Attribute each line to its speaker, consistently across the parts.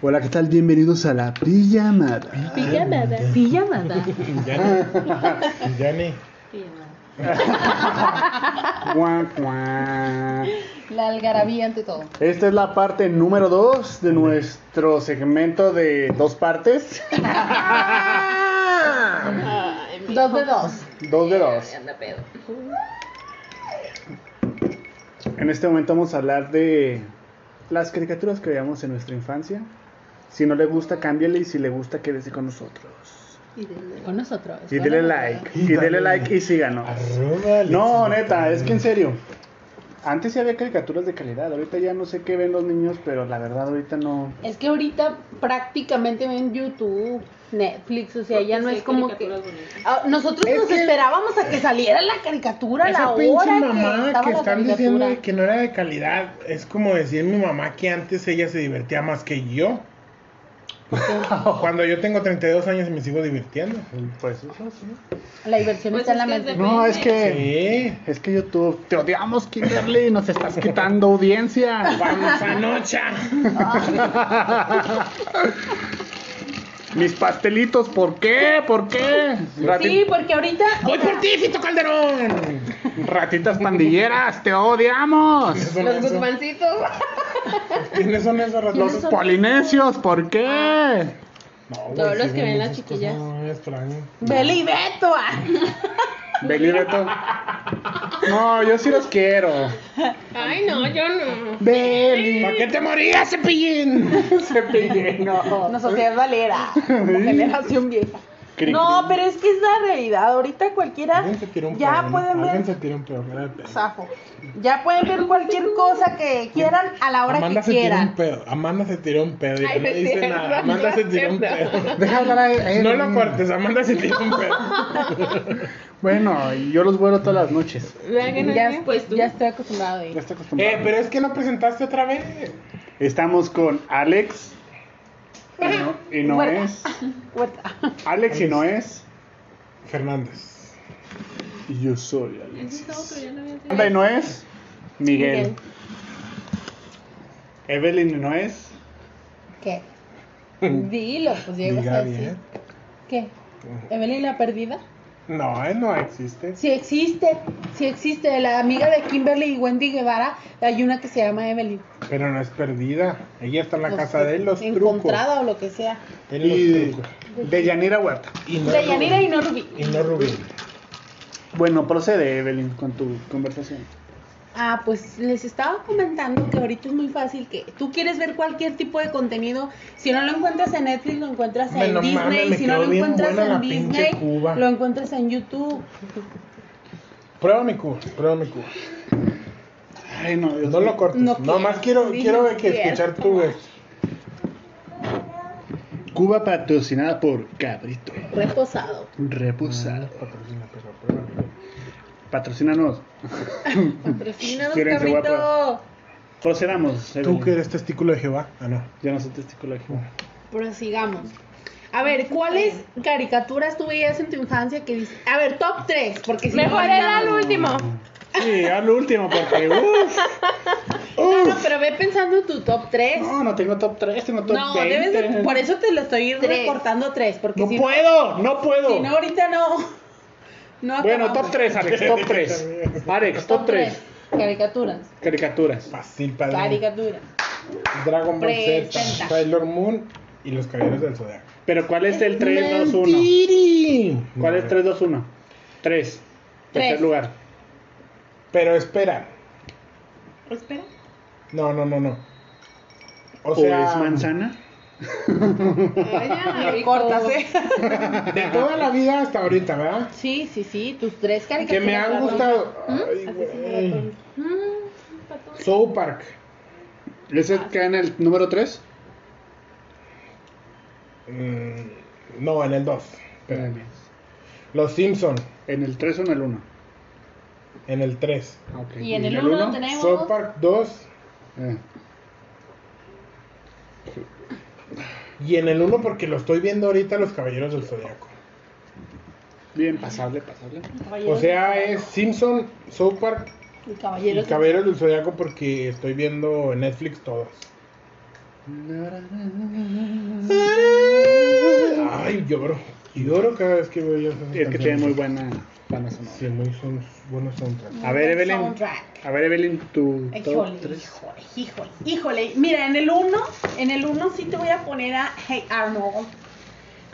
Speaker 1: Hola, ¿qué tal? Bienvenidos a la pijamada.
Speaker 2: Pijamada.
Speaker 3: Ah,
Speaker 2: Pijamada.
Speaker 4: Yane,
Speaker 1: Cuac, cuac.
Speaker 3: La algarabía ante todo.
Speaker 1: Esta es la parte número 2 de nuestro segmento de dos partes.
Speaker 3: Dos de dos.
Speaker 1: Dos de dos. En este momento vamos a hablar de las caricaturas que veíamos en nuestra infancia. Si no le gusta, cámbiale y si le gusta, quédese con nosotros.
Speaker 2: Con nosotros.
Speaker 1: Y dele like, y dele like y síganos.
Speaker 4: arrúmale.
Speaker 1: No, neta, eh. es que en serio. Antes sí había caricaturas de calidad, ahorita ya no sé qué ven los niños, pero la verdad ahorita no.
Speaker 3: Es que ahorita prácticamente ven YouTube, Netflix, o sea, ya no es como que... Ah, Nosotros
Speaker 4: Es
Speaker 3: nos
Speaker 4: que-
Speaker 3: esperábamos a que saliera la caricatura, a la
Speaker 4: Esa
Speaker 3: hora
Speaker 4: pinche
Speaker 3: que
Speaker 4: mamá
Speaker 3: estaba
Speaker 4: que
Speaker 3: la
Speaker 4: están
Speaker 3: caricatura.
Speaker 4: diciendo de que no era de calidad es como decir mi mamá que antes ella se divertía más que yo. Cuando yo tengo 32 años y me sigo divirtiendo.
Speaker 1: Pues eso sí.
Speaker 3: La diversión
Speaker 5: Pues
Speaker 3: está en
Speaker 5: es
Speaker 3: la
Speaker 5: que
Speaker 3: mente.
Speaker 5: es
Speaker 1: No, es que.
Speaker 4: Sí.
Speaker 1: Es que YouTube. Te odiamos, Kimberly, nos estás quitando audiencia.
Speaker 4: Vamos anocha.
Speaker 1: Mis pastelitos, ¿por qué? ¿Por qué? Rati-
Speaker 3: Sí, porque ahorita...
Speaker 4: Voy por ti, Fito Calderón.
Speaker 1: Ratitas pandilleras, te odiamos.
Speaker 4: ¿Quiénes son
Speaker 3: Los
Speaker 4: esos?
Speaker 3: guzmancitos.
Speaker 4: ¿Quiénes son esos ratos?
Speaker 1: Los polinesios, ¿por qué?
Speaker 4: No, güey,
Speaker 5: Todos
Speaker 4: sí
Speaker 5: los que
Speaker 4: ven
Speaker 5: ven las
Speaker 4: esas
Speaker 5: chiquillas.
Speaker 4: cosas, no, extraño.
Speaker 3: Beli y Beto. ah.
Speaker 1: Vení, Beto. No, yo sí los quiero.
Speaker 5: Ay, no, yo no.
Speaker 1: Beli.
Speaker 4: ¿Para qué te morías, cepillín?
Speaker 3: Una sociedad valera. Como generación vieja.
Speaker 1: Cri,
Speaker 3: No,
Speaker 1: cri.
Speaker 3: pero es que es la realidad. Ahorita cualquiera
Speaker 4: Alguien se tiró un
Speaker 3: ya
Speaker 4: pedo, ¿no?
Speaker 3: pueden ver
Speaker 4: Alguien se tiró un pedo, ¿verdad?
Speaker 3: Zafo. Ya pueden ver cualquier cosa que quieran a la hora
Speaker 4: Amanda
Speaker 3: que
Speaker 4: se tiró
Speaker 3: quieran.
Speaker 4: un pedo. Amanda se tiró un pedo.
Speaker 5: Ay,
Speaker 4: no
Speaker 5: no es
Speaker 4: dice
Speaker 5: cierto,
Speaker 4: nada. Amanda
Speaker 5: no
Speaker 4: se
Speaker 5: es
Speaker 4: tiró un
Speaker 5: cierto.
Speaker 4: pedo.
Speaker 1: Deja hablar a él.
Speaker 4: No lo cortes, Amanda se tiró un pedo.
Speaker 1: Bueno, yo los vuelo todas las noches.
Speaker 5: ¿Verdad que no
Speaker 3: Ya,
Speaker 5: había? Pues tú.
Speaker 3: ya estoy acostumbrado a ir.
Speaker 1: está acostumbrado.
Speaker 4: Eh, pero es que no presentaste otra vez.
Speaker 1: Estamos con Alex. Y no, y no
Speaker 3: Huerta.
Speaker 1: es.
Speaker 3: Puerta.
Speaker 1: Alex y no es.
Speaker 4: Fernández.
Speaker 1: Y yo soy Alex.
Speaker 5: Es otro, ya no había sido.
Speaker 1: Amanda y no es. Miguel.
Speaker 3: Miguel.
Speaker 1: Evelyn y no es.
Speaker 3: ¿Qué? Dilo, pues llegas a
Speaker 4: Diga
Speaker 3: decir.
Speaker 4: bien.
Speaker 3: ¿Qué? ¿Evelyn la perdida?
Speaker 4: No, él no existe.
Speaker 3: Sí existe, sí existe. De La amiga de Kimberly y Wendy Guevara, hay una que se llama Evelyn.
Speaker 4: Pero no es perdida. Ella está en la
Speaker 3: Los-
Speaker 4: casa de él, los trucos.
Speaker 3: Encontrada o lo que sea.
Speaker 4: Él los
Speaker 1: Y
Speaker 4: trucos.
Speaker 1: de Yanira Huerta.
Speaker 4: Y no
Speaker 3: De Yanira
Speaker 4: Rubín.
Speaker 3: y no Rubí.
Speaker 4: Y no Rubín.
Speaker 1: Bueno, procede Evelyn con tu conversación.
Speaker 3: Ah, pues les estaba comentando que ahorita es muy fácil que tú quieres ver cualquier tipo de contenido. Si no lo encuentras en Netflix, lo encuentras en
Speaker 4: Me lo
Speaker 3: Disney.
Speaker 4: mames, me
Speaker 3: si no
Speaker 4: quedó
Speaker 3: lo
Speaker 4: bien
Speaker 3: encuentras
Speaker 4: buena
Speaker 3: en
Speaker 4: la pinche
Speaker 3: Disney,
Speaker 4: Cuba.
Speaker 3: lo encuentras en YouTube.
Speaker 4: Prueba mi cuba, prueba mi cuba.
Speaker 1: Ay, no, Dios
Speaker 4: No
Speaker 1: mío.
Speaker 4: lo cortes.
Speaker 3: No
Speaker 4: No, más quiero,
Speaker 3: quiero.
Speaker 4: quiero
Speaker 3: Sí,
Speaker 4: que
Speaker 3: quiero.
Speaker 4: escuchar tu
Speaker 1: Cuba patrocinada por Cabrito.
Speaker 3: Reposado.
Speaker 1: Reposado.
Speaker 4: Patrocina, pero prueba.
Speaker 1: Patrocínanos.
Speaker 3: Patrocínanos,
Speaker 1: Espérense, voy a
Speaker 3: cabrito.
Speaker 1: probar. Procedamos. Evelyn.
Speaker 4: Tú que eres testículo de Jehová. Ah, no.
Speaker 1: Ya no soy testigo de Jehová.
Speaker 3: Prosigamos. A ver, ¿cuáles caricaturas tú veías en tu infancia que dices? A ver, top 3, porque si
Speaker 5: Mejor
Speaker 3: no,
Speaker 5: era el
Speaker 3: no.
Speaker 5: último.
Speaker 1: Sí, al último, porque. uf.
Speaker 3: No, no, pero ve pensando en tu top 3.
Speaker 1: No, no tengo top 3, tengo top
Speaker 3: No,
Speaker 1: 20.
Speaker 3: debes de- por eso te lo estoy
Speaker 5: Tres.
Speaker 3: recortando 3, porque
Speaker 1: No
Speaker 3: si no
Speaker 1: puedo, no puedo.
Speaker 3: Si no, ahorita no. no
Speaker 1: bueno,
Speaker 3: acabamos.
Speaker 1: top 3, Alex, top 3. Alex, top 3.
Speaker 3: Caricaturas.
Speaker 1: Caricaturas.
Speaker 4: Fácil, padre.
Speaker 3: Caricaturas.
Speaker 4: Dragon Ball Z,
Speaker 3: Presenta.
Speaker 4: Sailor Moon y los caballeros del Zodiaco.
Speaker 1: Pero ¿cuál es el 3, 2, 1?
Speaker 4: ¡Mentiri!
Speaker 1: ¿Cuál es 3, 2, 1? 3. Tercer
Speaker 3: Tres.
Speaker 1: lugar.
Speaker 4: Pero espera.
Speaker 5: Espera.
Speaker 4: No, no, no, no. O
Speaker 1: ¿O
Speaker 4: sea,
Speaker 1: es Pues, manzana?
Speaker 5: Ay, ya,
Speaker 3: Me
Speaker 5: hijo.
Speaker 3: cortas, ¿eh?
Speaker 4: de toda la vida hasta ahorita, ¿verdad?
Speaker 3: Sí, sí, sí. Tus tres
Speaker 4: Que
Speaker 3: caricaturas.
Speaker 4: me han gustado. Ay, güey. Soul Park.
Speaker 1: ¿Ese
Speaker 3: Ah.
Speaker 1: queda en el número 3?
Speaker 4: Mm, no, en el 2. Los Simpson
Speaker 1: ¿En el 3 o en el 1?
Speaker 4: en el 3.
Speaker 3: Ah, Y en el 1 tenemos.
Speaker 4: Soul Park 2
Speaker 1: Eh,
Speaker 4: y en el 1 porque lo estoy viendo ahorita los caballeros del Zodiaco.
Speaker 1: Bien, pasable, pasable.
Speaker 4: O
Speaker 3: Caballeros-
Speaker 4: sea, es Simpson, South Park
Speaker 3: y
Speaker 4: y
Speaker 3: Caballeros.
Speaker 4: Caballeros del Zodiaco porque estoy viendo en Netflix todos. Ay, lloro. Lloro cada vez que veo yo esas
Speaker 1: Es que
Speaker 4: canciones.
Speaker 1: tiene muy buena banda sonora.
Speaker 4: Sí, muy son buenos soundtracks.
Speaker 1: A ver, Evelyn.
Speaker 3: Soundtrack.
Speaker 1: A ver, Evelyn, tu top
Speaker 3: Híjole,
Speaker 1: tres.
Speaker 3: híjole, híjole, híjole. Mira, en el 1, en el 1 sí te voy a poner a Hey Arnold.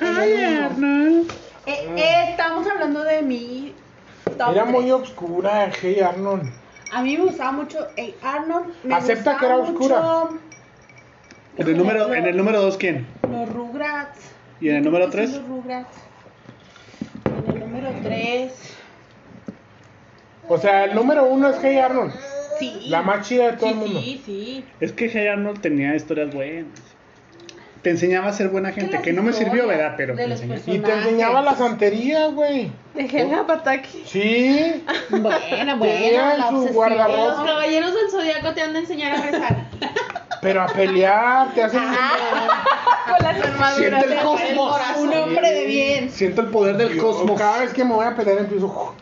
Speaker 3: En el uno. Eh, eh, estamos hablando de mi top
Speaker 4: Ah. Era
Speaker 3: tres.
Speaker 4: muy oscura, Hey Arnold.
Speaker 3: A mí me gustaba mucho Hey Arnold. Me
Speaker 4: Acepta
Speaker 3: gustaba
Speaker 4: que era oscura.
Speaker 3: mucho
Speaker 1: En el número, en el número dos, ¿quién?
Speaker 3: Los Rugrats.
Speaker 1: ¿Y en el
Speaker 3: Yo
Speaker 1: número
Speaker 3: creo que sí,
Speaker 1: tres?
Speaker 3: Los Rugrats. En el número 3.
Speaker 4: O sea, el número uno es Hey Arnold.
Speaker 3: Sí.
Speaker 4: La más chida de todo
Speaker 3: Sí,
Speaker 4: el mundo.
Speaker 3: Sí, sí.
Speaker 1: Es que Hey Arnold tenía historias buenas. Te enseñaba a ser buena gente,
Speaker 3: las
Speaker 1: que no me sirvió,
Speaker 3: historias
Speaker 1: ¿verdad? Pero
Speaker 3: de
Speaker 1: te
Speaker 3: los
Speaker 1: enseñaba.
Speaker 3: personajes.
Speaker 4: Y te enseñaba la santería, güey.
Speaker 5: Dejé la pataki.
Speaker 4: Sí.
Speaker 3: Buena,
Speaker 4: Tenía
Speaker 3: buena.
Speaker 4: en
Speaker 3: La
Speaker 4: su
Speaker 5: Los
Speaker 4: guardarropa.
Speaker 3: obsesión.
Speaker 5: caballeros del zodiaco te han de enseñar a rezar.
Speaker 4: Pero a pelear, te hacen.
Speaker 5: Con las
Speaker 1: Siente
Speaker 5: armaduras.
Speaker 1: el cosmos.
Speaker 3: Un hombre de bien.
Speaker 1: Siento el poder del
Speaker 4: Yo,
Speaker 1: cosmos.
Speaker 4: Cada vez que me voy a pelear empiezo.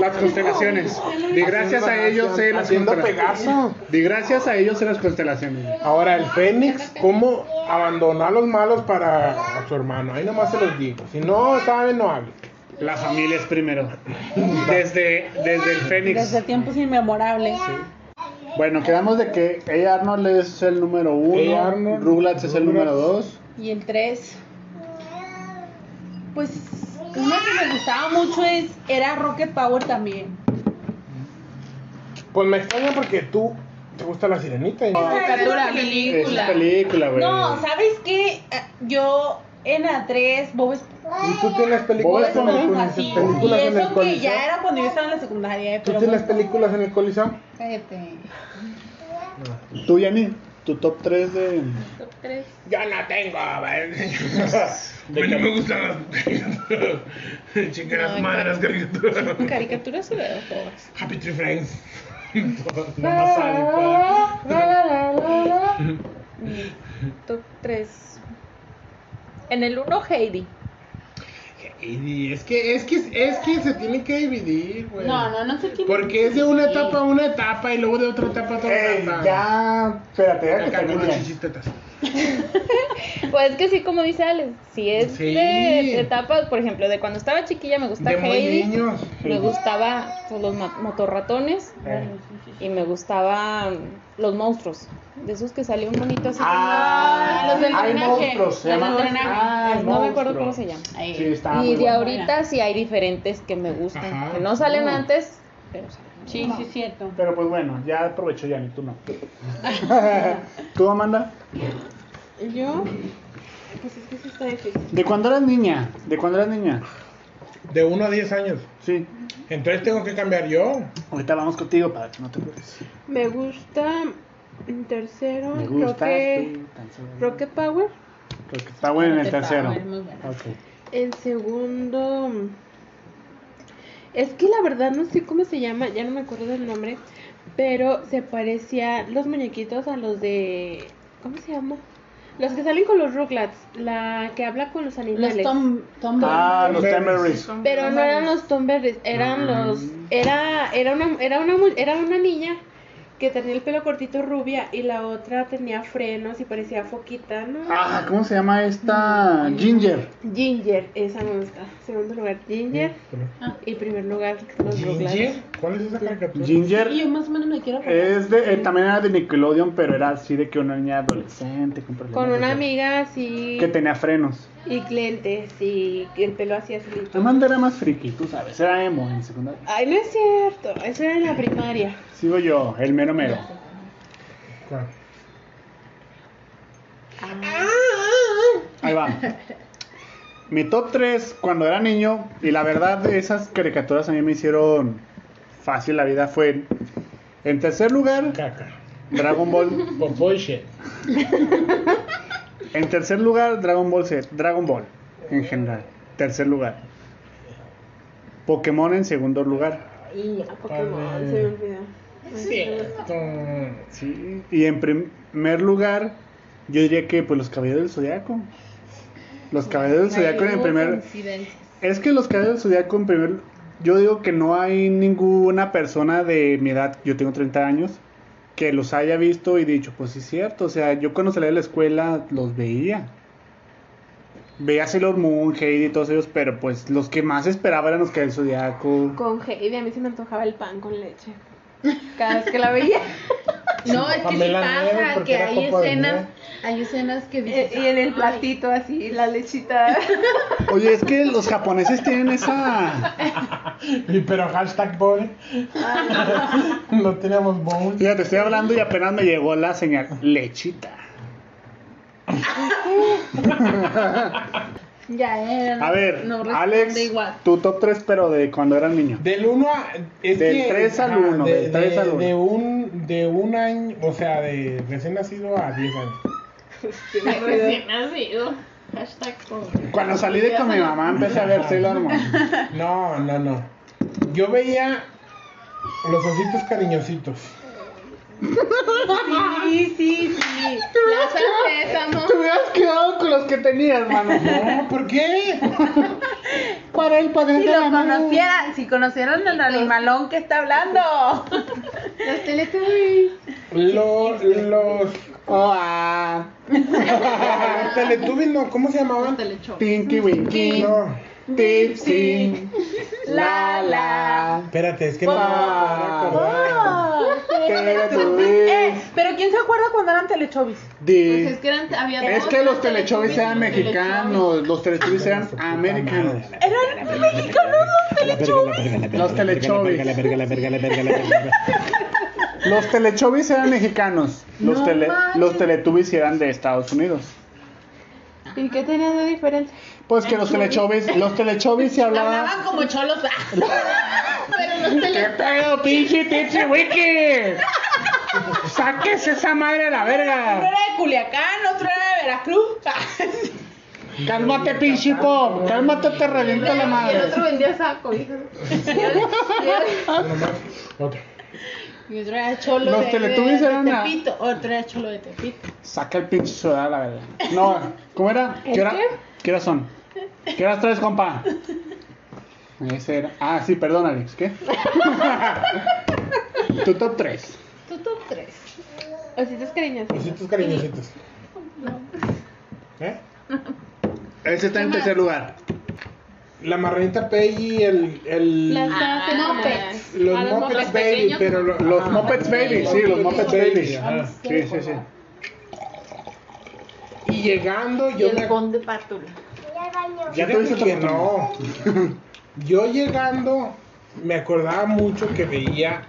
Speaker 1: Las constelaciones. Di gracias a ellos eh, sé las
Speaker 4: Haciendo
Speaker 1: constelaciones.
Speaker 4: Pegaso.
Speaker 1: Di gracias a ellos sé las constelaciones.
Speaker 4: Ahora, el Fénix, ¿cómo abandonó a los malos para a su hermano? Ahí nomás se los digo. Si no saben, no hablen.
Speaker 1: La familia es primero. Desde, desde el Fénix.
Speaker 3: Desde tiempos inmemorables.
Speaker 1: Bueno, quedamos de que Hey Arnold es el número
Speaker 4: Hey
Speaker 1: uno.
Speaker 4: Arnold,
Speaker 1: Rugrats es el número dos.
Speaker 3: Y el 3. Pues una que me gustaba mucho es era Rocket Power también.
Speaker 4: Pues me extraña porque tú te gusta la sirenita. y-
Speaker 3: Caricatura.
Speaker 1: Es una película, güey.
Speaker 3: No, ¿sabes qué? Ah, Yo en la 3, Bob Esp-
Speaker 4: Y tú tienes
Speaker 3: Pues
Speaker 4: películas
Speaker 1: Bob
Speaker 4: en el,
Speaker 3: Esponja,
Speaker 4: coli-
Speaker 3: sí. Y
Speaker 4: películas en el
Speaker 3: eso que
Speaker 4: coliseo.
Speaker 3: ya era cuando yo estaba en la secundaria, eh,
Speaker 4: ¿Tú
Speaker 3: pero
Speaker 4: tienes
Speaker 3: bueno.
Speaker 4: películas en el coliseo?
Speaker 3: Cállate.
Speaker 1: Tú, Yanni, tu top 3 de.
Speaker 5: Top tres.
Speaker 4: Yo no tengo.
Speaker 1: me
Speaker 4: gustan las
Speaker 5: chingadas No, madres,
Speaker 4: caricaturas.
Speaker 5: Caricaturas se veo todas.
Speaker 4: Happy Tree Friends.
Speaker 1: Nomás sabe
Speaker 4: pues.
Speaker 1: cuál.
Speaker 3: Ah.
Speaker 5: Top 3. En el 1, Heidi.
Speaker 4: Y es que, es que, es que se tiene que dividir, güey.
Speaker 3: No, no, no sé quién.
Speaker 4: Porque es de una etapa a una etapa y luego de otra etapa a otra
Speaker 1: Ey,
Speaker 4: etapa.
Speaker 1: ya. Espérate, ya que
Speaker 4: Acá con los
Speaker 1: termine.
Speaker 4: chichistetas.
Speaker 5: Pues que sí, como dice Alex, si es
Speaker 4: Sí.
Speaker 5: de etapas, por ejemplo, de cuando estaba chiquilla me gustaba
Speaker 4: De muy
Speaker 5: Heidi,
Speaker 4: niños.
Speaker 5: me gustaba pues, los ma- motorratones
Speaker 1: Eh.
Speaker 5: y me gustaban los monstruos, de esos que salió un monito así.
Speaker 1: Ah,
Speaker 5: los del
Speaker 1: hay
Speaker 5: drenaje,
Speaker 1: monstruos, se
Speaker 5: los
Speaker 1: llaman.
Speaker 5: del drenaje.
Speaker 1: Ah, el
Speaker 5: no me acuerdo
Speaker 1: monstruo.
Speaker 5: cómo se llama.
Speaker 3: Ahí.
Speaker 1: Sí, está muy
Speaker 5: y de
Speaker 1: bueno.
Speaker 5: ahorita sí hay diferentes que me gustan,
Speaker 4: Ajá.
Speaker 5: que no salen
Speaker 4: Oh.
Speaker 5: antes, pero salen.
Speaker 3: Sí, sí, es cierto.
Speaker 1: Pero pues bueno, ya aprovecho, Yanni, tú no. ¿Tú, Amanda?
Speaker 5: Yo,
Speaker 3: Pues es que sí está difícil.
Speaker 1: ¿De cuando eras niña? ¿De cuando eras niña?
Speaker 4: De 1 a 10 años.
Speaker 1: Sí.
Speaker 4: Entonces tengo que cambiar yo.
Speaker 1: Ahorita vamos contigo para que no te preocupes.
Speaker 5: me gusta, en tercero,
Speaker 1: Me
Speaker 5: creo
Speaker 1: gustas
Speaker 5: que
Speaker 1: tú, tan solo.
Speaker 5: Rocket Power.
Speaker 1: Creo que está bueno en el
Speaker 3: Rocket
Speaker 1: tercero.
Speaker 3: Power, muy bueno.
Speaker 1: Ok.
Speaker 5: El segundo. mm, Es que la verdad no sé cómo se llama, ya no me acuerdo del nombre, pero se parecía los muñequitos a los de. ¿Cómo se llama? Los que salen con los Rugrats, la que habla con los animales.
Speaker 3: Los Tom, Tom
Speaker 1: Ah, los
Speaker 4: Berries.
Speaker 1: Temeris.
Speaker 5: pero no eran los Tomberries, eran los era era una era una mu- era una niña que tenía el pelo cortito rubia y la otra tenía frenos y parecía foquita, ¿no?
Speaker 1: Ah, ¿cómo se llama esta?
Speaker 5: Mm.
Speaker 1: Ginger.
Speaker 5: Ginger, esa me gusta. Segundo lugar Ginger y primer lugar los Rugrats.
Speaker 4: Mm. ¿Ginger? ¿Cuál es esa caricatura?
Speaker 1: Ginger
Speaker 3: Y yo más o menos me quiero acordar.
Speaker 1: es de, eh, también era de Nickelodeon, pero era así de que una niña adolescente con problemas
Speaker 5: Con
Speaker 1: de-
Speaker 5: una amiga así
Speaker 1: que tenía frenos.
Speaker 5: y clientes y el pelo así azulito.
Speaker 1: Amanda era más friki, tú sabes, era emo en secundaria.
Speaker 5: Ay, no es cierto, eso era en la primaria.
Speaker 1: Sigo yo, el mero mero.
Speaker 4: ¿Cuál?
Speaker 1: Ahí va. Mi top 3 cuando era niño, y la verdad de esas caricaturas a mí me hicieron fácil la vida, fue en tercer lugar
Speaker 4: Caca.
Speaker 1: Dragon Ball
Speaker 4: Popo y shit.
Speaker 1: En tercer lugar, Dragon Ball Z. Dragon Ball, en general. Tercer lugar. Pokémon en segundo lugar.
Speaker 5: Y a Pokémon
Speaker 4: Padre.
Speaker 5: se me olvidó.
Speaker 4: Cierto.
Speaker 1: Sí. Y en primer lugar, yo diría que pues los Caballeros del Zodiaco. Los Caballeros del Zodiaco en el primer. Es que los Caballeros del Zodiaco en primer. Yo digo que no hay ninguna persona de mi edad, yo tengo 30 años, que los haya visto y dicho, pues sí es cierto, o sea, yo cuando salía de la escuela los veía. Veía Sailor Moon, Heidi y todos ellos, pero pues los que más esperaba eran los que del Zodiaco.
Speaker 5: Con Heidi a mí se me antojaba el pan con leche. Cada vez que la veía.
Speaker 2: No, es que sí
Speaker 4: Pamela Nieves,
Speaker 2: pasa
Speaker 4: porque
Speaker 2: que
Speaker 4: era
Speaker 2: hay
Speaker 4: copa de
Speaker 2: escenas,
Speaker 4: nieve.
Speaker 2: hay escenas
Speaker 3: Eh,
Speaker 2: que
Speaker 5: Y
Speaker 2: dices,
Speaker 5: Eh, y en el
Speaker 2: "Ay".
Speaker 5: platito así, la lechita.
Speaker 1: Oye, es que los japoneses tienen esa...
Speaker 4: Y pero hashtag pobre.
Speaker 2: Ah.
Speaker 4: no teníamos bowl.
Speaker 1: Ya te estoy hablando y apenas me llegó la señal lechita.
Speaker 2: Ya era.
Speaker 1: A ver,
Speaker 2: no responde
Speaker 1: Alex,
Speaker 2: igual.
Speaker 1: tu top 3, pero de cuando eras niño.
Speaker 4: Del 1 a. es
Speaker 1: Del
Speaker 4: que-
Speaker 1: tres al
Speaker 4: ajá,
Speaker 1: uno,
Speaker 4: de-
Speaker 1: del tres
Speaker 4: de-
Speaker 1: al uno.
Speaker 4: De un, de un año, o sea, de recién nacido a 10 años.
Speaker 2: Recién nacido. Hashtag pobre.
Speaker 1: Cuando salí de con mi mamá empecé a ver Sailor Moon.
Speaker 4: No, no, no. Yo veía los ositos cariñositos.
Speaker 5: Sí, sí, sí. Plaza Sésamo.
Speaker 1: Te hubieras quedado con los que tenías, mano.
Speaker 4: No, ¿por qué?
Speaker 1: Para el padre
Speaker 3: Si
Speaker 1: de la
Speaker 3: lo
Speaker 1: mano.
Speaker 3: conocieran, si conocieran al animalón que está hablando.
Speaker 5: Los Teletubbies.
Speaker 4: Lo- los
Speaker 1: Oh, ah,
Speaker 4: ah, Teletubbies, no, ¿cómo se llamaban?
Speaker 2: Te le echó.
Speaker 1: Tinky Winky.
Speaker 4: No,
Speaker 1: Tipsy. La
Speaker 3: La,
Speaker 1: la.
Speaker 4: espérate, es que no me voy a poder
Speaker 3: Ah.
Speaker 4: acordar.
Speaker 2: Pues
Speaker 1: Teletubbies.
Speaker 3: Eh, pero ¿quién se acuerda cuando eran telechovis?
Speaker 1: Di-
Speaker 2: Pues es que eran, había
Speaker 1: Es
Speaker 2: dos,
Speaker 1: que
Speaker 2: eran
Speaker 1: los telechovis eran
Speaker 2: y los
Speaker 1: mexicanos, los telechovis
Speaker 4: Ah,
Speaker 1: eran
Speaker 4: pues,
Speaker 1: americanos.
Speaker 3: Eran mexicanos los telechovis.
Speaker 1: Los telechovis. Los telechovis eran mexicanos. Los,
Speaker 2: No
Speaker 1: tele,
Speaker 2: manches.
Speaker 1: los teletubbies eran de Estados Unidos.
Speaker 5: ¿Y qué tenía de diferencia?
Speaker 1: Pues que los telechovis, los telechovis se hablaban.
Speaker 2: Hablaban como cholos. ah. Pero los
Speaker 1: ¡Qué
Speaker 2: tele.
Speaker 1: pedo, pinche Tipsy Wiki! ¡Sáquese esa madre a la
Speaker 3: Uno
Speaker 1: verga!
Speaker 3: era de Culiacán, otro era de Veracruz.
Speaker 1: ¡Cálmate, pinche pop! ¡Cálmate, te reviento la
Speaker 2: Y el
Speaker 5: Ah,
Speaker 1: madre!
Speaker 2: otro vendía saco. hijo.
Speaker 4: Otro.
Speaker 2: Y otro era cholo
Speaker 1: Los
Speaker 2: de,
Speaker 1: Teletubbies
Speaker 2: de- de
Speaker 1: eran a-
Speaker 2: Tepito. Otro era cholo de Tepito.
Speaker 1: Saca el pinche sudado a la verga. No, ¿cómo era? ¿Qué hora, ¿Qué hora son? ¿Qué horas traes, compa? Ese era. Ah, sí, perdón, Alex, ¿qué? tu top 3.
Speaker 2: Tú top 3.
Speaker 5: Ositos cariñosos.
Speaker 4: Ositos cariñositos. ¿Eh?
Speaker 1: Ese está en tercer lugar.
Speaker 4: La marranita Peggy, el. el
Speaker 5: Plaza Sésamo.
Speaker 2: Muppets.
Speaker 4: los
Speaker 2: Ah, pues, a los
Speaker 4: Muppets
Speaker 2: Muppets
Speaker 4: Baby,
Speaker 2: pequeños.
Speaker 4: pero lo-
Speaker 1: Los
Speaker 4: ajá.
Speaker 1: Muppets Baby, sí, los Muppets Baby.
Speaker 4: Ajá.
Speaker 1: Sí, sí, sí.
Speaker 4: Y llegando,
Speaker 2: Y
Speaker 4: yo me
Speaker 2: el conde Pátula.
Speaker 4: Ya
Speaker 1: te hice
Speaker 4: que
Speaker 1: tu
Speaker 4: no. Yo llegando, me acordaba mucho que veía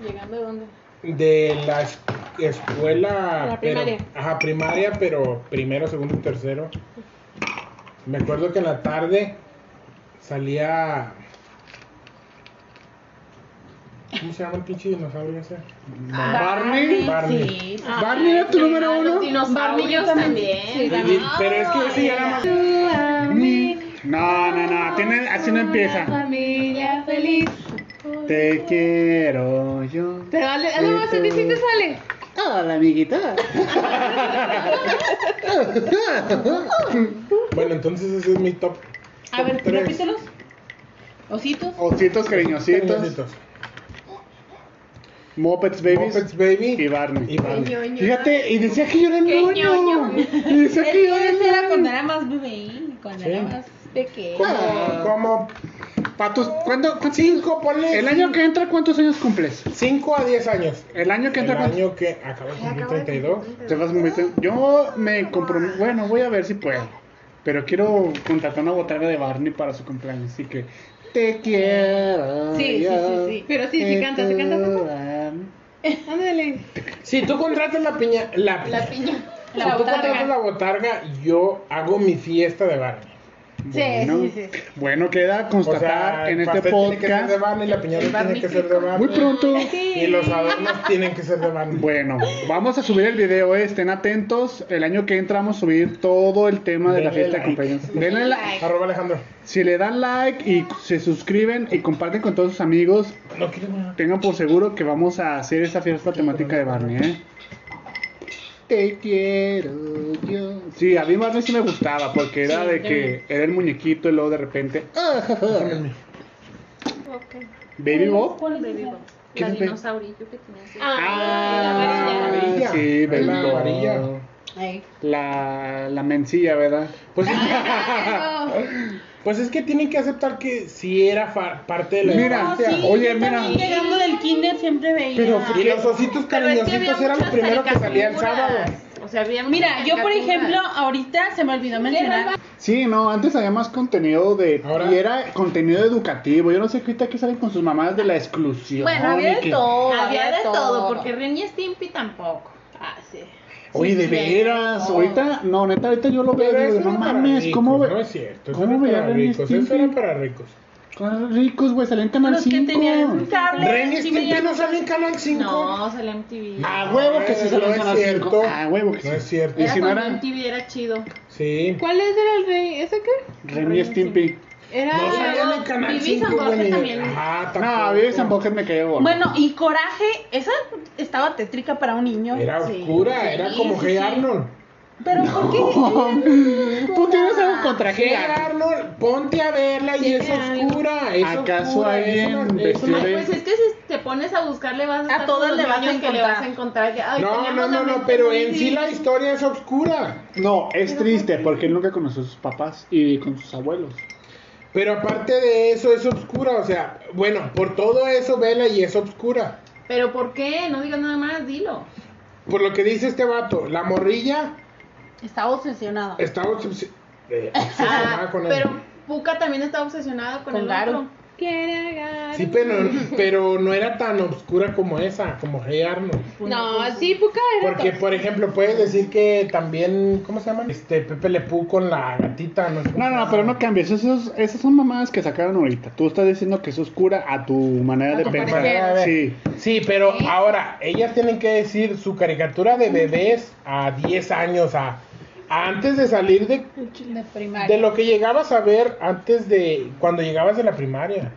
Speaker 2: ¿Llegando de dónde?
Speaker 4: de la es- escuela.
Speaker 5: La
Speaker 4: pero-
Speaker 5: primaria.
Speaker 4: ajá, primaria, pero primero, segundo, tercero. Me acuerdo que en la tarde salía. ¿Cómo se llama el pinche dinosaurio ese?
Speaker 1: Barney.
Speaker 4: Barney.
Speaker 2: Sí.
Speaker 1: Barney era tu número
Speaker 2: Ah,
Speaker 1: uno.
Speaker 2: Los dinosaurios
Speaker 4: Y-
Speaker 2: también.
Speaker 4: y- pero es que ese ya era más.
Speaker 1: No, no, no, tiene- así no empieza.
Speaker 5: Familia feliz.
Speaker 1: Te quiero yo.
Speaker 5: Pero dale, dale más, a ti sí te sale.
Speaker 1: Hola, amiguita.
Speaker 4: Bueno, entonces ese es mi top.
Speaker 3: A ver,
Speaker 4: Tres.
Speaker 3: repítelos. Ositos.
Speaker 1: Ositos cariñositos,
Speaker 4: Cariñositos.
Speaker 1: Muppets Babies
Speaker 4: Muppets Baby
Speaker 1: y Barney.
Speaker 4: y Barney.
Speaker 1: Fíjate, y decía que yo era el
Speaker 2: Qué
Speaker 1: ñoño.
Speaker 2: ñoño.
Speaker 1: Y decía
Speaker 3: Es
Speaker 1: que
Speaker 3: que
Speaker 1: yo era el
Speaker 3: ese era
Speaker 1: ñoño.
Speaker 3: cuando era más bebé, cuando
Speaker 4: Sí.
Speaker 3: era más pequeño.
Speaker 4: Como, como
Speaker 1: Patos, ¿cuándo? cuántos-
Speaker 4: 5, Ah. ponle.
Speaker 1: El año que entra, ¿cuántos años cumples?
Speaker 4: 5 a 10 años.
Speaker 1: El año que
Speaker 4: El
Speaker 1: entra, ¿cuántos?
Speaker 4: año que acaba de cumplir 32.
Speaker 1: Te vas a convertir- Yo me comprometo. Bueno, voy a ver si puedo. Pero quiero contratar una botarga de Barney para su cumpleaños. Así que. Te quiero.
Speaker 5: Sí, sí,
Speaker 1: yo,
Speaker 5: sí, sí. Pero sí, sí,
Speaker 1: te
Speaker 5: canta, se canta,
Speaker 1: quiero,
Speaker 5: canta.
Speaker 1: Barney.
Speaker 5: Ándale.
Speaker 4: Si tú contratas la piña. La piña.
Speaker 2: La piña.
Speaker 4: si tú contratas la botarga, yo hago mi fiesta de Barney.
Speaker 1: Bueno,
Speaker 5: sí, sí.
Speaker 1: bueno, queda constatar en
Speaker 4: el
Speaker 1: este
Speaker 4: pastel tiene que ser de
Speaker 1: podcast.
Speaker 4: Barney, la piñata
Speaker 2: El
Speaker 4: tiene
Speaker 2: Barney
Speaker 4: que ser de
Speaker 2: Frico.
Speaker 1: Muy
Speaker 4: Barney.
Speaker 1: pronto.
Speaker 4: Y los adornos tienen que ser de Barney.
Speaker 1: Bueno, vamos a subir el video, eh, estén atentos. El año que entra vamos a subir todo el tema de la
Speaker 4: Denle
Speaker 1: fiesta de
Speaker 4: like.
Speaker 1: cumpleaños. Denle like.
Speaker 4: Arroba Alejandro.
Speaker 1: Si le dan like y se suscriben y comparten con todos sus amigos,
Speaker 4: No quiero nada.
Speaker 1: tengan por seguro que vamos a hacer esa fiesta temática de Barney, ¿eh? Te quiero yo. Sí, a mí Barney sí me gustaba porque era de que era el muñequito y luego de repente. ah, ja, ja. Baby Bob.
Speaker 2: La dinosaurillo que tenía así.
Speaker 1: Ah, sí,
Speaker 4: la
Speaker 1: Benito.
Speaker 4: amarilla.
Speaker 2: Ey.
Speaker 1: La, la mencilla, ¿verdad?
Speaker 4: Pues,
Speaker 3: No.
Speaker 4: pues es que tienen que aceptar que sí era fa- parte de la
Speaker 1: Mira,
Speaker 4: infancia.
Speaker 1: sí, oye,
Speaker 3: yo
Speaker 1: mira.
Speaker 3: también llegando del kinder siempre veía.
Speaker 4: Pero y los ositos
Speaker 2: Pero es que había
Speaker 4: cariñositos eran los
Speaker 2: muchas
Speaker 4: primeros que salían el sábado.
Speaker 2: caricaturas. O sea, había
Speaker 3: Mira,
Speaker 2: muchas
Speaker 3: yo por
Speaker 2: caricaturas.
Speaker 3: ejemplo, ahorita se me olvidó mencionar.
Speaker 1: Sí, no, antes había más contenido de...
Speaker 4: Ahora-
Speaker 1: Y era contenido educativo. Yo no sé qué ahorita que salen con sus mamás de la exclusión.
Speaker 2: Bueno, había
Speaker 1: y
Speaker 2: de
Speaker 1: que-
Speaker 2: todo. Había de todo, porque Ren y Stimpy tampoco.
Speaker 3: Ah, sí.
Speaker 1: Oye, de
Speaker 2: Sí,
Speaker 1: veras,
Speaker 2: todo.
Speaker 1: ahorita... No, neta, ahorita yo lo veo y
Speaker 4: Pero
Speaker 1: digo,
Speaker 4: eso
Speaker 1: no
Speaker 4: era para
Speaker 1: mames,
Speaker 4: ricos,
Speaker 1: ¿cómo ve?
Speaker 4: No es cierto, eso
Speaker 1: ¿Cómo
Speaker 4: era
Speaker 1: veía
Speaker 4: para
Speaker 1: Ren y
Speaker 4: ricos, eso
Speaker 1: Stimpy?
Speaker 4: era para ricos.
Speaker 1: Con ricos, güey, salían en Canal
Speaker 3: Los que
Speaker 1: 5.
Speaker 3: tenían cable.
Speaker 4: Ren y
Speaker 3: sí
Speaker 4: Stimpy
Speaker 3: veían-
Speaker 4: no salen en Canal 5.
Speaker 2: No, salía MTV.
Speaker 1: A huevo que sí salían en
Speaker 4: No
Speaker 1: Canal
Speaker 4: es cierto.
Speaker 1: 5. A huevo que sí.
Speaker 4: No es cierto.
Speaker 1: Y
Speaker 2: Era
Speaker 1: si no
Speaker 2: cuando
Speaker 1: era
Speaker 2: MTV era chido.
Speaker 4: Sí.
Speaker 5: ¿Cuál es era el rey? ¿Ese qué?
Speaker 1: Remy Stimpy.
Speaker 5: Era.
Speaker 4: No salían en Canal
Speaker 2: Vivi
Speaker 4: 5.
Speaker 2: San Jorge
Speaker 4: güey.
Speaker 2: también.
Speaker 4: Ah,
Speaker 1: No,
Speaker 4: tampoco.
Speaker 1: Vivi San Pocket me cayó gordo.
Speaker 3: Bueno, y coraje, esa estaba tétrica para un niño.
Speaker 4: Era
Speaker 2: Sí.
Speaker 4: oscura, era
Speaker 2: Sí,
Speaker 4: como
Speaker 2: sí,
Speaker 4: Hey
Speaker 2: sí.
Speaker 4: Arnold.
Speaker 3: Pero ¿por qué?
Speaker 1: Tú tienes algo contra
Speaker 4: Hey
Speaker 1: G.
Speaker 4: Arnold, ponte a verla y
Speaker 5: Sí,
Speaker 4: es
Speaker 5: claro.
Speaker 4: oscura. es
Speaker 1: ¿Acaso
Speaker 4: oscura, es
Speaker 1: alguien
Speaker 4: una- es
Speaker 1: vestido
Speaker 4: una-
Speaker 2: Ay,
Speaker 1: de-
Speaker 2: pues es que si te pones a buscar le vas a estar con
Speaker 3: todas
Speaker 2: los
Speaker 3: le vas a
Speaker 2: niños que le
Speaker 3: encontrar.
Speaker 2: vas a encontrar. que, ay,
Speaker 4: No,
Speaker 2: teníamos
Speaker 4: no, no,
Speaker 2: la
Speaker 4: no,
Speaker 2: mente
Speaker 4: pero
Speaker 2: muy
Speaker 4: en sí la
Speaker 2: difícil.
Speaker 4: historia es oscura.
Speaker 1: No, es triste porque él nunca conoció a sus papás y con sus abuelos.
Speaker 4: Pero aparte de eso es oscura, o sea, bueno, por todo eso vela y es oscura.
Speaker 2: Pero ¿por qué? No digas nada más, dilo.
Speaker 4: Por lo que dice este vato, la morrilla
Speaker 3: Estaba obsesionado.
Speaker 4: está obses- eh, obsesionada
Speaker 2: Ah,
Speaker 4: con él.
Speaker 2: pero Puka también estaba obsesionada con,
Speaker 3: Con
Speaker 2: el
Speaker 3: Garo.
Speaker 2: otro.
Speaker 5: Quiere agarrar-
Speaker 4: Sí, pero, pero no era tan oscura como esa, como Hey Arnold.
Speaker 5: No, sí, Puka era.
Speaker 4: Porque,
Speaker 5: todo.
Speaker 4: por ejemplo, puedes decir que también, ¿cómo se llama? Este, Pepe Le Pew con la gatita. No, sé cómo
Speaker 1: No, no,
Speaker 4: se llama.
Speaker 1: no, pero no cambies. Esas, esas son mamadas que sacaron ahorita. Tú estás diciendo que es oscura a tu manera de
Speaker 3: tu
Speaker 1: pensar.
Speaker 4: manera de ver.
Speaker 1: Sí.
Speaker 4: Sí, pero ahora, ellas tienen que decir su caricatura de bebés a 10 años, a, a antes de salir de,
Speaker 3: De primaria.
Speaker 4: de lo que llegabas a ver antes de cuando llegabas de la primaria.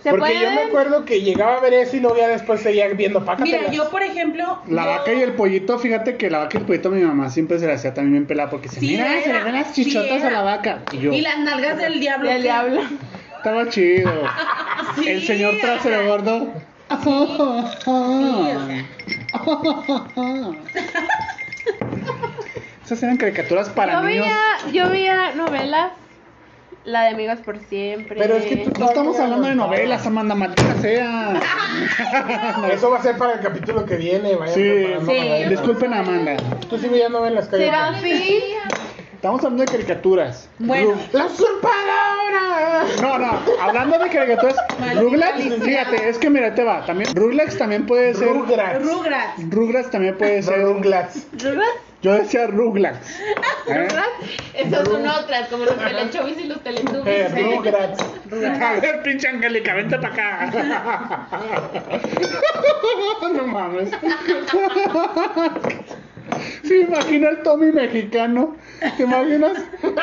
Speaker 3: ¿Se
Speaker 4: Porque yo
Speaker 3: pueden-
Speaker 4: me acuerdo que llegaba a ver eso y luego ya después seguía viendo pácatelas.
Speaker 3: Mira, yo por ejemplo.
Speaker 1: La
Speaker 3: yo-
Speaker 1: vaca y el pollito, fíjate que la vaca y el pollito mi mamá siempre se la hacía también bien pelada porque se
Speaker 3: Sí,
Speaker 1: mira,
Speaker 3: era,
Speaker 1: se le ven las
Speaker 3: sí
Speaker 1: chichotas
Speaker 3: era.
Speaker 1: a la vaca. Y yo,
Speaker 3: Y las nalgas del diablo.
Speaker 5: Del
Speaker 3: que-
Speaker 5: diablo.
Speaker 1: estaba chido.
Speaker 3: Sí,
Speaker 1: El señor trasero gordo. Esas eran caricaturas para
Speaker 5: Yo
Speaker 1: niños.
Speaker 5: veía, yo veía novelas. La de Amigos por Siempre.
Speaker 4: Pero es que tú-
Speaker 1: No estamos hablando de novelas, Amanda, maldita sea.
Speaker 4: Eso va a ser para el capítulo que viene. Vayan
Speaker 1: Sí,
Speaker 4: preparando novelas.
Speaker 1: disculpen a Amanda.
Speaker 4: Tú sí veías novelas, cállate.
Speaker 5: Serafín.
Speaker 1: Estamos hablando de caricaturas.
Speaker 3: Bueno.
Speaker 4: ¡La usurpadora!
Speaker 1: No, no, hablando de caricaturas, Ruglax, fíjate, es que mira, ahí te va. También, Ruglax también puede ser.
Speaker 4: Rugrats.
Speaker 3: Rugrats.
Speaker 1: Ruglax también puede
Speaker 4: No,
Speaker 1: ser.
Speaker 4: Rugrats.
Speaker 5: Rugrats.
Speaker 1: Yo decía Ruglax. ¿eh?
Speaker 2: Esas son otras, como los telechovis y los
Speaker 4: Eh,
Speaker 2: teletubbies.
Speaker 4: Rugrats.
Speaker 1: A ver, eh, pinche Angélica, vente para acá. no mames. Se imagina el Tommy mexicano. ¿Te imaginas?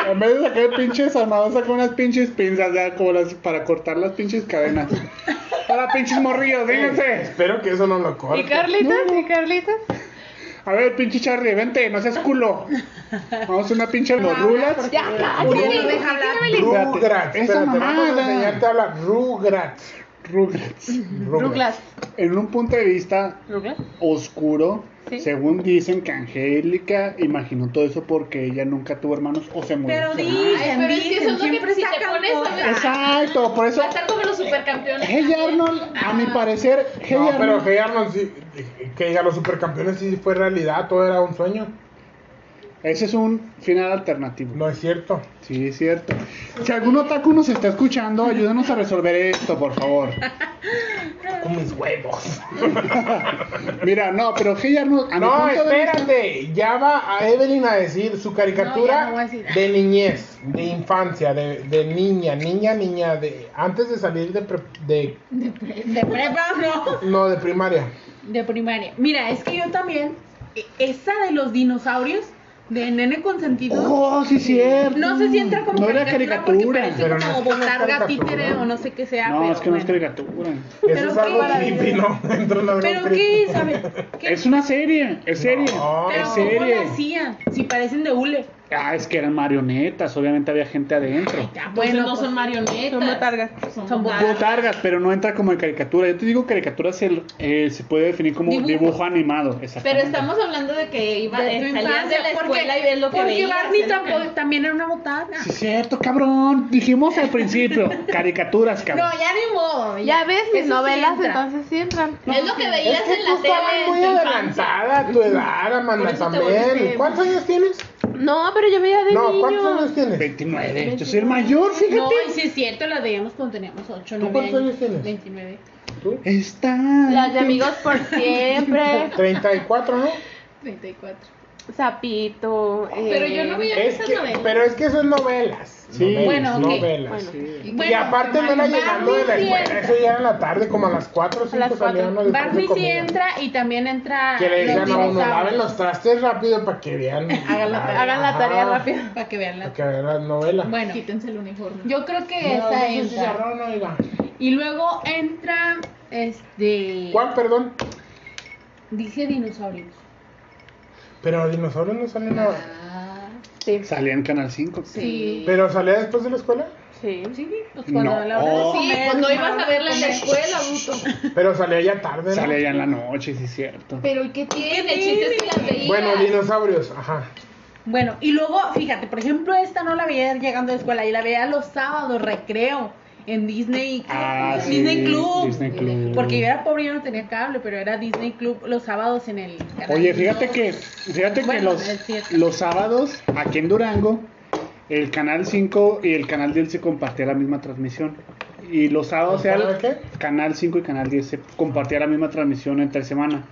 Speaker 1: En vez de sacar pinches armados, saca unas pinches pinzas ya, como las para cortar las pinches cadenas. Hola, pinches morrillos,
Speaker 4: Eh,
Speaker 1: vénganse.
Speaker 4: espero que eso no lo
Speaker 5: ¿Y
Speaker 4: corte.
Speaker 5: Carlitos? ¿Y Carlitos?
Speaker 1: A ver, pinche Charlie, vente, no seas culo. Vamos a una pinche los rulas.
Speaker 5: Ya, ya,
Speaker 3: Rugrats.
Speaker 5: ya, déjame leer.
Speaker 4: Rugrats.
Speaker 1: Espérate, esa
Speaker 4: Espérate, vamos a
Speaker 1: mamada.
Speaker 4: enseñarte a hablar. Rugrats.
Speaker 1: Rugrats.
Speaker 4: Rugrats.
Speaker 1: En un punto de vista
Speaker 5: ¿Rugrats?
Speaker 1: oscuro.
Speaker 5: Sí.
Speaker 1: Según dicen que Angélica imaginó todo eso porque ella nunca tuvo hermanos o se murió.
Speaker 3: Pero
Speaker 1: su
Speaker 3: dicen,
Speaker 1: hermana.
Speaker 2: Ay, pero es que
Speaker 3: dicen,
Speaker 2: eso es lo que
Speaker 3: siempre
Speaker 2: si te
Speaker 3: sacan
Speaker 2: pones a
Speaker 3: cosas.
Speaker 2: ver-
Speaker 1: Exacto, por eso.
Speaker 2: Va a estar como los supercampeones.
Speaker 4: ¿Eh?
Speaker 1: Hey Arnold, a mi parecer, Hey
Speaker 4: no, pero
Speaker 1: Arnold.
Speaker 4: Hey Arnold, sí, que a los supercampeones sí fue realidad, todo era un sueño.
Speaker 1: Ese es un final alternativo.
Speaker 4: No es cierto.
Speaker 1: Sí, es cierto. Si algún otaku nos está escuchando, ayúdanos a resolver esto, por favor.
Speaker 4: Con mis huevos.
Speaker 1: Mira, no, pero Hey Arnold, a mi
Speaker 4: No,
Speaker 1: punto de vista-
Speaker 4: espérate. Ya va a Evelyn a decir su
Speaker 3: No, ya
Speaker 4: caricatura
Speaker 3: no voy a decir.
Speaker 4: de niñez, de infancia, de, de niña, niña, niña, de antes de salir de, pre- de
Speaker 3: De prepa, no.
Speaker 4: no de primaria.
Speaker 3: De primaria. Mira, es que yo también. e- Esa de los dinosaurios. De nene consentido.
Speaker 1: Oh, sí, es cierto.
Speaker 3: No sé si entra como
Speaker 1: No era
Speaker 3: porque
Speaker 1: caricatura.
Speaker 3: parece
Speaker 4: Pero no
Speaker 3: como
Speaker 4: es que no es
Speaker 3: botarga
Speaker 4: caricatura.
Speaker 3: títere o no sé qué sea.
Speaker 1: No,
Speaker 3: pero
Speaker 1: es que no es
Speaker 3: bueno.
Speaker 1: caricatura.
Speaker 4: Eso
Speaker 3: Pero
Speaker 4: es algo
Speaker 3: qué-
Speaker 4: creepy, ¿no? Entra en algo
Speaker 3: ¿Pero
Speaker 4: creepy.
Speaker 3: qué? ¿Sabe? ¿Qué?
Speaker 1: Es una serie, es serie.
Speaker 4: No.
Speaker 3: Pero
Speaker 1: es
Speaker 3: ¿cómo
Speaker 1: serie.
Speaker 3: le hacían? Si parecen de hule.
Speaker 1: Ah, es que eran marionetas, obviamente había gente adentro.
Speaker 2: Ya, pues,
Speaker 5: Bueno,
Speaker 2: no
Speaker 5: pues,
Speaker 2: son marionetas.
Speaker 5: Son botargas.
Speaker 2: Son
Speaker 5: Son
Speaker 2: botargas.
Speaker 1: Botargas, pero no entra como en caricatura. Yo te digo caricatura se, eh, se puede definir como dibujo,
Speaker 2: Dibujo.
Speaker 1: animado.
Speaker 2: Pero
Speaker 1: exactamente.
Speaker 2: estamos hablando de que iba,
Speaker 3: de tu
Speaker 2: eh, salías de
Speaker 3: infancia,
Speaker 2: la
Speaker 3: porque,
Speaker 2: escuela y ves lo que
Speaker 3: porque
Speaker 2: veías.
Speaker 3: Barney
Speaker 2: es lo que-
Speaker 3: tampoco, también era una botana.
Speaker 1: Sí, es cierto, cabrón. Dijimos al principio, caricaturas, cabrón.
Speaker 3: No, ya ni modo.
Speaker 5: Ya ves, mis
Speaker 3: Eso sí
Speaker 5: novelas
Speaker 3: entra.
Speaker 5: entonces sí entran.
Speaker 2: Es lo que veías en la tele. en
Speaker 4: muy
Speaker 2: tu infancia.
Speaker 4: adelantada a tu edad, Amanda,
Speaker 2: Por eso te
Speaker 4: también.
Speaker 2: volviste-
Speaker 4: ¿Cuántos años tienes?
Speaker 5: No, pero yo veía de
Speaker 4: No, ¿cuántos años
Speaker 5: niño.
Speaker 4: tienes?
Speaker 1: 29. Yo soy el mayor, fíjate.
Speaker 3: No, y sí es cierto, las veíamos cuando teníamos 8,
Speaker 4: ¿Tú
Speaker 3: 9
Speaker 4: cuántos años tienes?
Speaker 3: 29.
Speaker 4: ¿Tú?
Speaker 1: Está.
Speaker 5: Las de amigos por siempre.
Speaker 4: 34, ¿no?
Speaker 3: 34.
Speaker 5: Sapito. eh,
Speaker 2: Pero yo no veía
Speaker 4: Es
Speaker 2: esas
Speaker 4: que,
Speaker 2: novelas.
Speaker 4: pero es que eso es novelas.
Speaker 1: Sí.
Speaker 4: novelas,
Speaker 1: Bueno,
Speaker 2: ok.
Speaker 4: novelas.
Speaker 5: Bueno,
Speaker 4: y aparte me la
Speaker 3: Barney
Speaker 4: llegando de la
Speaker 3: sí
Speaker 4: escuela.
Speaker 3: entra.
Speaker 4: Eso ya era en la tarde, como a las 4 o
Speaker 5: las
Speaker 4: 5 salía
Speaker 5: cuatro.
Speaker 4: uno después de
Speaker 3: Barney sí
Speaker 4: comida.
Speaker 3: entra y también entra.
Speaker 4: Que le
Speaker 3: los
Speaker 4: decían a uno,
Speaker 3: dinosaurios.
Speaker 4: laven los trastes rápido para que vean.
Speaker 3: Hagan la tarea.
Speaker 5: Hagan la tarea
Speaker 4: Ajá,
Speaker 5: rápido.
Speaker 2: Para que vean
Speaker 4: Para
Speaker 2: la.
Speaker 4: que vean las novelas.
Speaker 3: Bueno,
Speaker 2: Quítense el uniforme.
Speaker 3: yo creo que
Speaker 4: No,
Speaker 3: esa
Speaker 4: ese es
Speaker 3: entra.
Speaker 4: chicharrón, oiga.
Speaker 3: Y luego entra. Este.
Speaker 4: ¿Cuál, perdón?
Speaker 3: Dije dinosaurios.
Speaker 4: Pero dinosaurios no salen nada.
Speaker 3: Ah,
Speaker 5: Sí,
Speaker 1: Salía en Canal 5.
Speaker 3: sí.
Speaker 4: ¿Pero salía después de la escuela?
Speaker 5: sí.
Speaker 3: Sí, pues cuando
Speaker 1: No.
Speaker 3: la hora de
Speaker 1: Sí,
Speaker 3: comer,
Speaker 2: cuando
Speaker 3: mamá,
Speaker 2: ibas a verla en la
Speaker 3: comer.
Speaker 2: escuela, adulto.
Speaker 4: Pero salía ya tarde, ¿no?
Speaker 1: Salía ya en la noche, sí, es cierto.
Speaker 2: Pero ¿y qué tiene? Chistes que las veías.
Speaker 4: Bueno, dinosaurios, ajá.
Speaker 3: Bueno, y luego, fíjate, por ejemplo, esta no la veía llegando de escuela, y la veía los sábados, recreo, en Disney,
Speaker 1: Ah, sí,
Speaker 3: Disney Club.
Speaker 1: Disney Club.
Speaker 3: Porque yo era pobre y yo no tenía cable, pero era Disney Club los sábados en el canal
Speaker 1: Oye, fíjate
Speaker 3: dos.
Speaker 1: que, fíjate que
Speaker 3: Bueno,
Speaker 1: los,
Speaker 3: es cierto.
Speaker 1: los sábados aquí en Durango, el canal 5 y el canal 10 se compartía la misma transmisión. Y los sábados
Speaker 4: ¿El
Speaker 1: era
Speaker 4: canal qué?
Speaker 1: canal 5 y canal 10 se compartía la misma transmisión entre semana.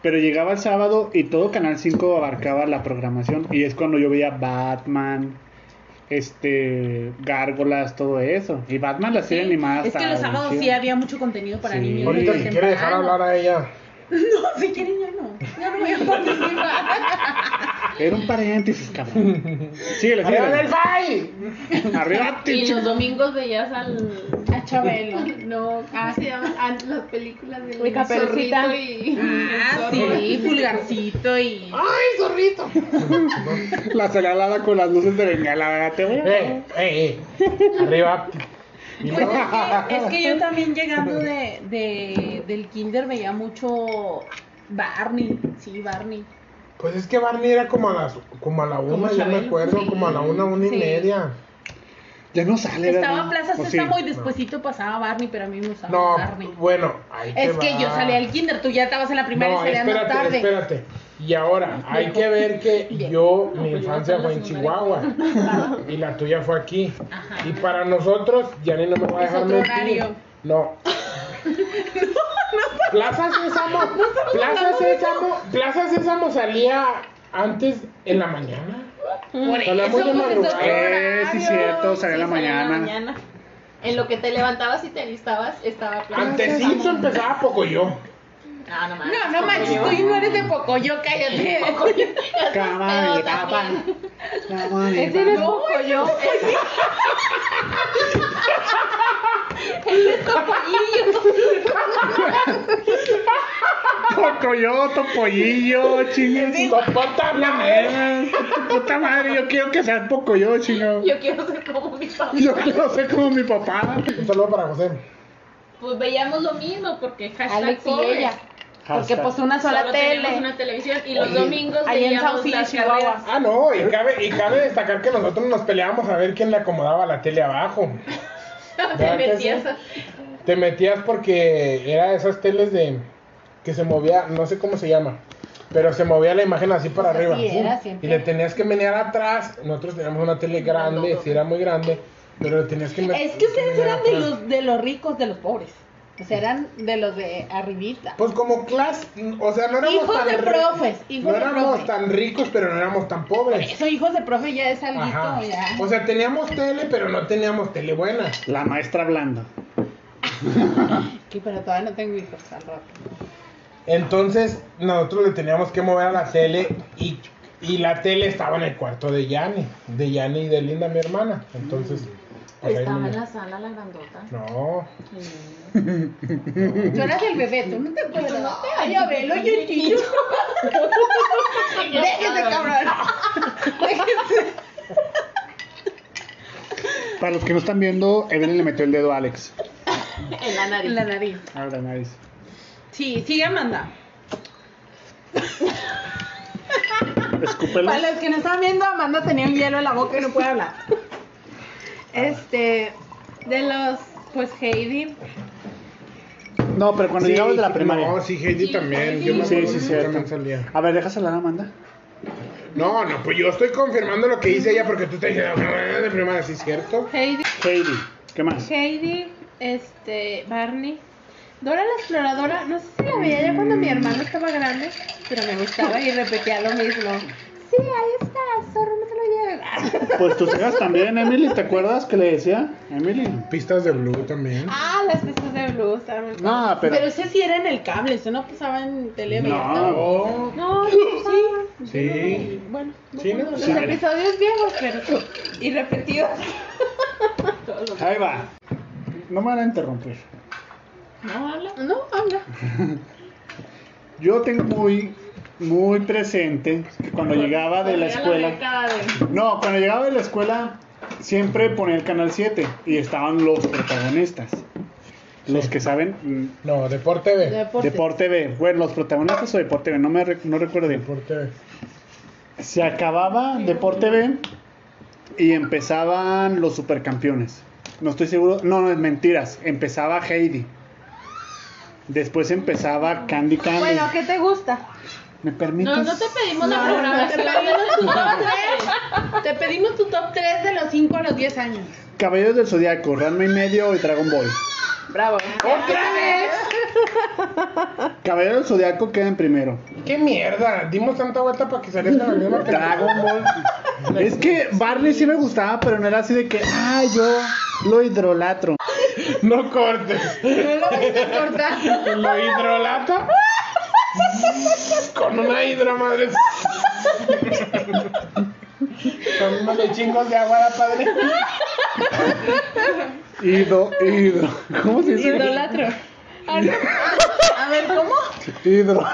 Speaker 1: Pero llegaba el sábado y todo canal 5 abarcaba la programación y es cuando yo veía Batman, este Gárgolas, todo eso. Y Batman la serie
Speaker 3: Sí,
Speaker 1: animada.
Speaker 3: Es que los
Speaker 1: estaba bien
Speaker 3: sábados
Speaker 1: chida.
Speaker 3: sí había mucho contenido para
Speaker 1: Sí.
Speaker 3: niños.
Speaker 4: Ahorita
Speaker 3: desde
Speaker 4: si quiere dejar
Speaker 3: temprano.
Speaker 4: hablar a ella.
Speaker 3: No, si quieren ya no. Ya no voy a participar. Ah,
Speaker 1: Era un paréntesis, cabrón. síguele, síguele.
Speaker 4: ¡Arriba del file!
Speaker 1: Arriba,
Speaker 2: Y los domingos veías al.
Speaker 3: A Chabelo.
Speaker 2: No, ¿cómo se llaman? Ah, las películas del
Speaker 5: Mi Caperucita.
Speaker 2: zorrito y.
Speaker 3: Ah, sí, pulgarcito y...
Speaker 4: ¡Ay, zorrito!
Speaker 1: La señalada con las luces de bengala, ¿verdad? Te voy a-
Speaker 4: eh, eh, eh. Arriba. Y
Speaker 3: Pues
Speaker 4: luego-
Speaker 3: es que, es que yo también llegando de, de- del kinder veía mucho Barney, sí, Barney.
Speaker 4: Pues es que Barney era como a las como a la una, yo me
Speaker 2: Chabelo,
Speaker 4: acuerdo,
Speaker 2: sí.
Speaker 4: como a la una, una y
Speaker 3: Sí.
Speaker 4: media.
Speaker 1: Ya no sale,
Speaker 3: Estaba
Speaker 1: ¿verdad?
Speaker 3: Plaza
Speaker 1: ¿O sí?
Speaker 3: Sésamo y despuesito pasaba Barney, pero a mí me gustaba
Speaker 4: oh, No,
Speaker 3: Barney.
Speaker 4: bueno, ahí te
Speaker 3: Es que
Speaker 4: va.
Speaker 3: yo salía al kinder, tú ya estabas en la primaria
Speaker 4: No,
Speaker 3: y salías más
Speaker 4: espérate,
Speaker 3: tarde.
Speaker 4: espérate. Y ahora, hay que ver que yo, mi infancia fue en Chihuahua y la tuya fue aquí. Y para nosotros, Yanni no me va a
Speaker 3: Es
Speaker 4: dejar
Speaker 3: otro
Speaker 4: mentir.
Speaker 3: horario.
Speaker 4: No. Plaza Sésamo, Plaza Sésamo, Plaza Sésamo salía antes en la mañana.
Speaker 2: Por
Speaker 4: Salía muy de
Speaker 2: pues, es otro
Speaker 4: madrugada.
Speaker 1: Eh, sí,
Speaker 2: horario.
Speaker 1: cierto, salía
Speaker 2: Sí,
Speaker 1: la mañana.
Speaker 2: En lo que te levantabas y te alistabas, estaba Plaza
Speaker 4: Antes
Speaker 2: Sésamo.
Speaker 4: Simpson empezaba poco yo.
Speaker 2: Ah, no, manches.
Speaker 3: No, no manches, tú no eres de Pocoyo, cállate.
Speaker 1: Cama de
Speaker 2: Pero
Speaker 1: papa.
Speaker 2: también.
Speaker 1: Cama de
Speaker 5: Ese eres
Speaker 1: papa.
Speaker 5: poco yo.
Speaker 1: pues Tocoyo, topollillo, chingue.
Speaker 4: Papá también.
Speaker 1: Puta madre, yo quiero que seas pocoyo, chingado.
Speaker 2: Yo quiero ser como mi papá.
Speaker 1: Yo quiero ser como mi papá.
Speaker 4: Un saludo para José.
Speaker 2: Pues veíamos lo mismo porque hashtag
Speaker 5: Alex y
Speaker 2: pobres.
Speaker 5: ella. Porque
Speaker 1: Hashtag.
Speaker 5: pues una sola
Speaker 2: Solo teníamos
Speaker 5: tele.
Speaker 2: una televisión y los
Speaker 4: Oye,
Speaker 2: domingos
Speaker 5: ahí en
Speaker 2: veíamos
Speaker 5: Saucillo,
Speaker 2: las
Speaker 5: Chihuahua.
Speaker 2: carreras.
Speaker 4: Ah, no, y cabe, y cabe destacar que nosotros nos peleábamos a ver quién le acomodaba la tele abajo.
Speaker 2: Te
Speaker 4: ¿Verdad que
Speaker 2: metías
Speaker 4: sí?
Speaker 2: a-
Speaker 4: Te metías porque era de esas teles de que se movía, no sé cómo se llama, pero se movía la imagen así para
Speaker 3: Pues
Speaker 4: arriba.
Speaker 3: así
Speaker 4: ¡pum!
Speaker 3: era siempre.
Speaker 4: y le tenías que menear atrás. Nosotros teníamos una tele grande, sí era muy grande, pero le tenías que meter.
Speaker 3: Es que ustedes eran de los, de los ricos, de los pobres. O sea, eran de los de arribita.
Speaker 4: Pues como clase, o sea, no éramos
Speaker 3: Hijos
Speaker 4: tan
Speaker 3: de
Speaker 4: ri-
Speaker 3: profes, hijos
Speaker 4: no
Speaker 3: de
Speaker 4: éramos
Speaker 3: profes.
Speaker 4: tan ricos, pero no éramos tan pobres.
Speaker 3: Eso, hijos de profe, ya es algo,
Speaker 4: Ajá. Pues
Speaker 3: ya.
Speaker 4: O sea, teníamos tele, pero no teníamos tele buena.
Speaker 1: La maestra hablando.
Speaker 3: Sí, pero todavía no tengo hijos al rato.
Speaker 4: Entonces, nosotros le teníamos que mover a la tele y, y la tele estaba en el cuarto de Yanni, de Yanni y de Linda, mi hermana. Entonces, Pues ahí
Speaker 2: Estaba
Speaker 4: no.
Speaker 2: en la sala la grandota.
Speaker 4: No. Mm.
Speaker 3: Tú eras el bebé, tú no te acuerdas.
Speaker 2: Yo no te-
Speaker 3: Ay, a verlo, yo chicho. Déjese, cabrón. Déjese.
Speaker 1: Para los que no están viendo, Evelyn le metió el dedo a Alex.
Speaker 2: En la nariz.
Speaker 3: En la nariz.
Speaker 1: A la nariz.
Speaker 3: Sí, sigue Amanda.
Speaker 1: Escúpelo.
Speaker 3: Para los que no están viendo, Amanda tenía un hielo en la boca y no puede hablar.
Speaker 1: Ah.
Speaker 3: Este, de los, pues Heidi.
Speaker 1: No, pero cuando
Speaker 4: Sí,
Speaker 1: llegamos de la
Speaker 4: sí,
Speaker 1: primaria.
Speaker 4: No, sí, Heidi también. Yo me
Speaker 1: Sí,
Speaker 4: acuerdo
Speaker 1: sí,
Speaker 4: que
Speaker 1: sí,
Speaker 4: también salía.
Speaker 1: A ver, déjasela a Amanda.
Speaker 4: No, no, pues yo estoy confirmando lo que dice ella porque tú te dijiste, de primaria, sí, cierto.
Speaker 5: Heidi,
Speaker 1: Heidi, ¿qué más?
Speaker 5: Heidi, este, Barney. Dora la exploradora, no sé si la veía ya cuando mi
Speaker 1: Mm.
Speaker 5: hermano estaba grande, pero me gustaba y repetía lo mismo. Sí, ahí está, zorro, no te lo lleves.
Speaker 1: Pues tus hijas también, Emily, ¿te acuerdas que le decía? Emily.
Speaker 4: Pistas de Blue también.
Speaker 5: Ah, las pistas de blues, también.
Speaker 1: No, pero.
Speaker 3: Pero ese sí era en el cable, ese no pasaba en televisión.
Speaker 1: Ah, No.
Speaker 4: Oh,
Speaker 5: No, sí.
Speaker 4: sí.
Speaker 5: Bueno,
Speaker 4: Sí, ¿no?
Speaker 5: los
Speaker 1: Sí.
Speaker 5: episodios viejos, pero
Speaker 1: Ah,
Speaker 5: y repetidos.
Speaker 1: Ahí va. No me van a interrumpir.
Speaker 2: No habla.
Speaker 5: No, habla.
Speaker 1: Yo tengo muy, muy presente que cuando llegaba de la escuela.
Speaker 2: década de-
Speaker 1: No, cuando llegaba de la escuela siempre ponía el canal 7 y estaban los protagonistas. Los que saben, mm,
Speaker 4: No, Deporte B.
Speaker 5: Deporte.
Speaker 1: Deporte B. Bueno, los protagonistas o Deporte B, no, me, re- no recuerdo bien.
Speaker 4: Deporte B.
Speaker 1: Se acababa Deporte B y empezaban los supercampeones. No estoy seguro. No, no, es mentiras. Empezaba Heidi. Después empezaba Candy Candy.
Speaker 5: Bueno, ¿qué te gusta?
Speaker 1: ¿Me permites?
Speaker 2: No, no te pedimos la
Speaker 3: No, no te
Speaker 2: programación.
Speaker 3: pedimos tu top 3. Te pedimos tu top 3 de los 5 a los 10 años.
Speaker 1: Caballeros del Zodiaco, Ranma y Medio y Dragon Ball.
Speaker 3: Bravo.
Speaker 2: Ah,
Speaker 4: ¡Otra vez!
Speaker 1: Caballeros del Zodiaco queda en primero.
Speaker 4: ¡Qué mierda! Dimos tanta vuelta para que saliera la misma
Speaker 1: Dragon Ball. es que Barney sí me gustaba, pero no era así de que, ah, yo lo hidrolatro.
Speaker 4: No cortes.
Speaker 3: No lo voy a cortar.
Speaker 4: Lo hidrolata. Con una hidra, madre. Con unos chingos de agua, la padre.
Speaker 1: Ido, ido. ¿Cómo se dice?
Speaker 5: Idolatro. Ah, no.
Speaker 3: A ver, ¿cómo?
Speaker 1: Hidro-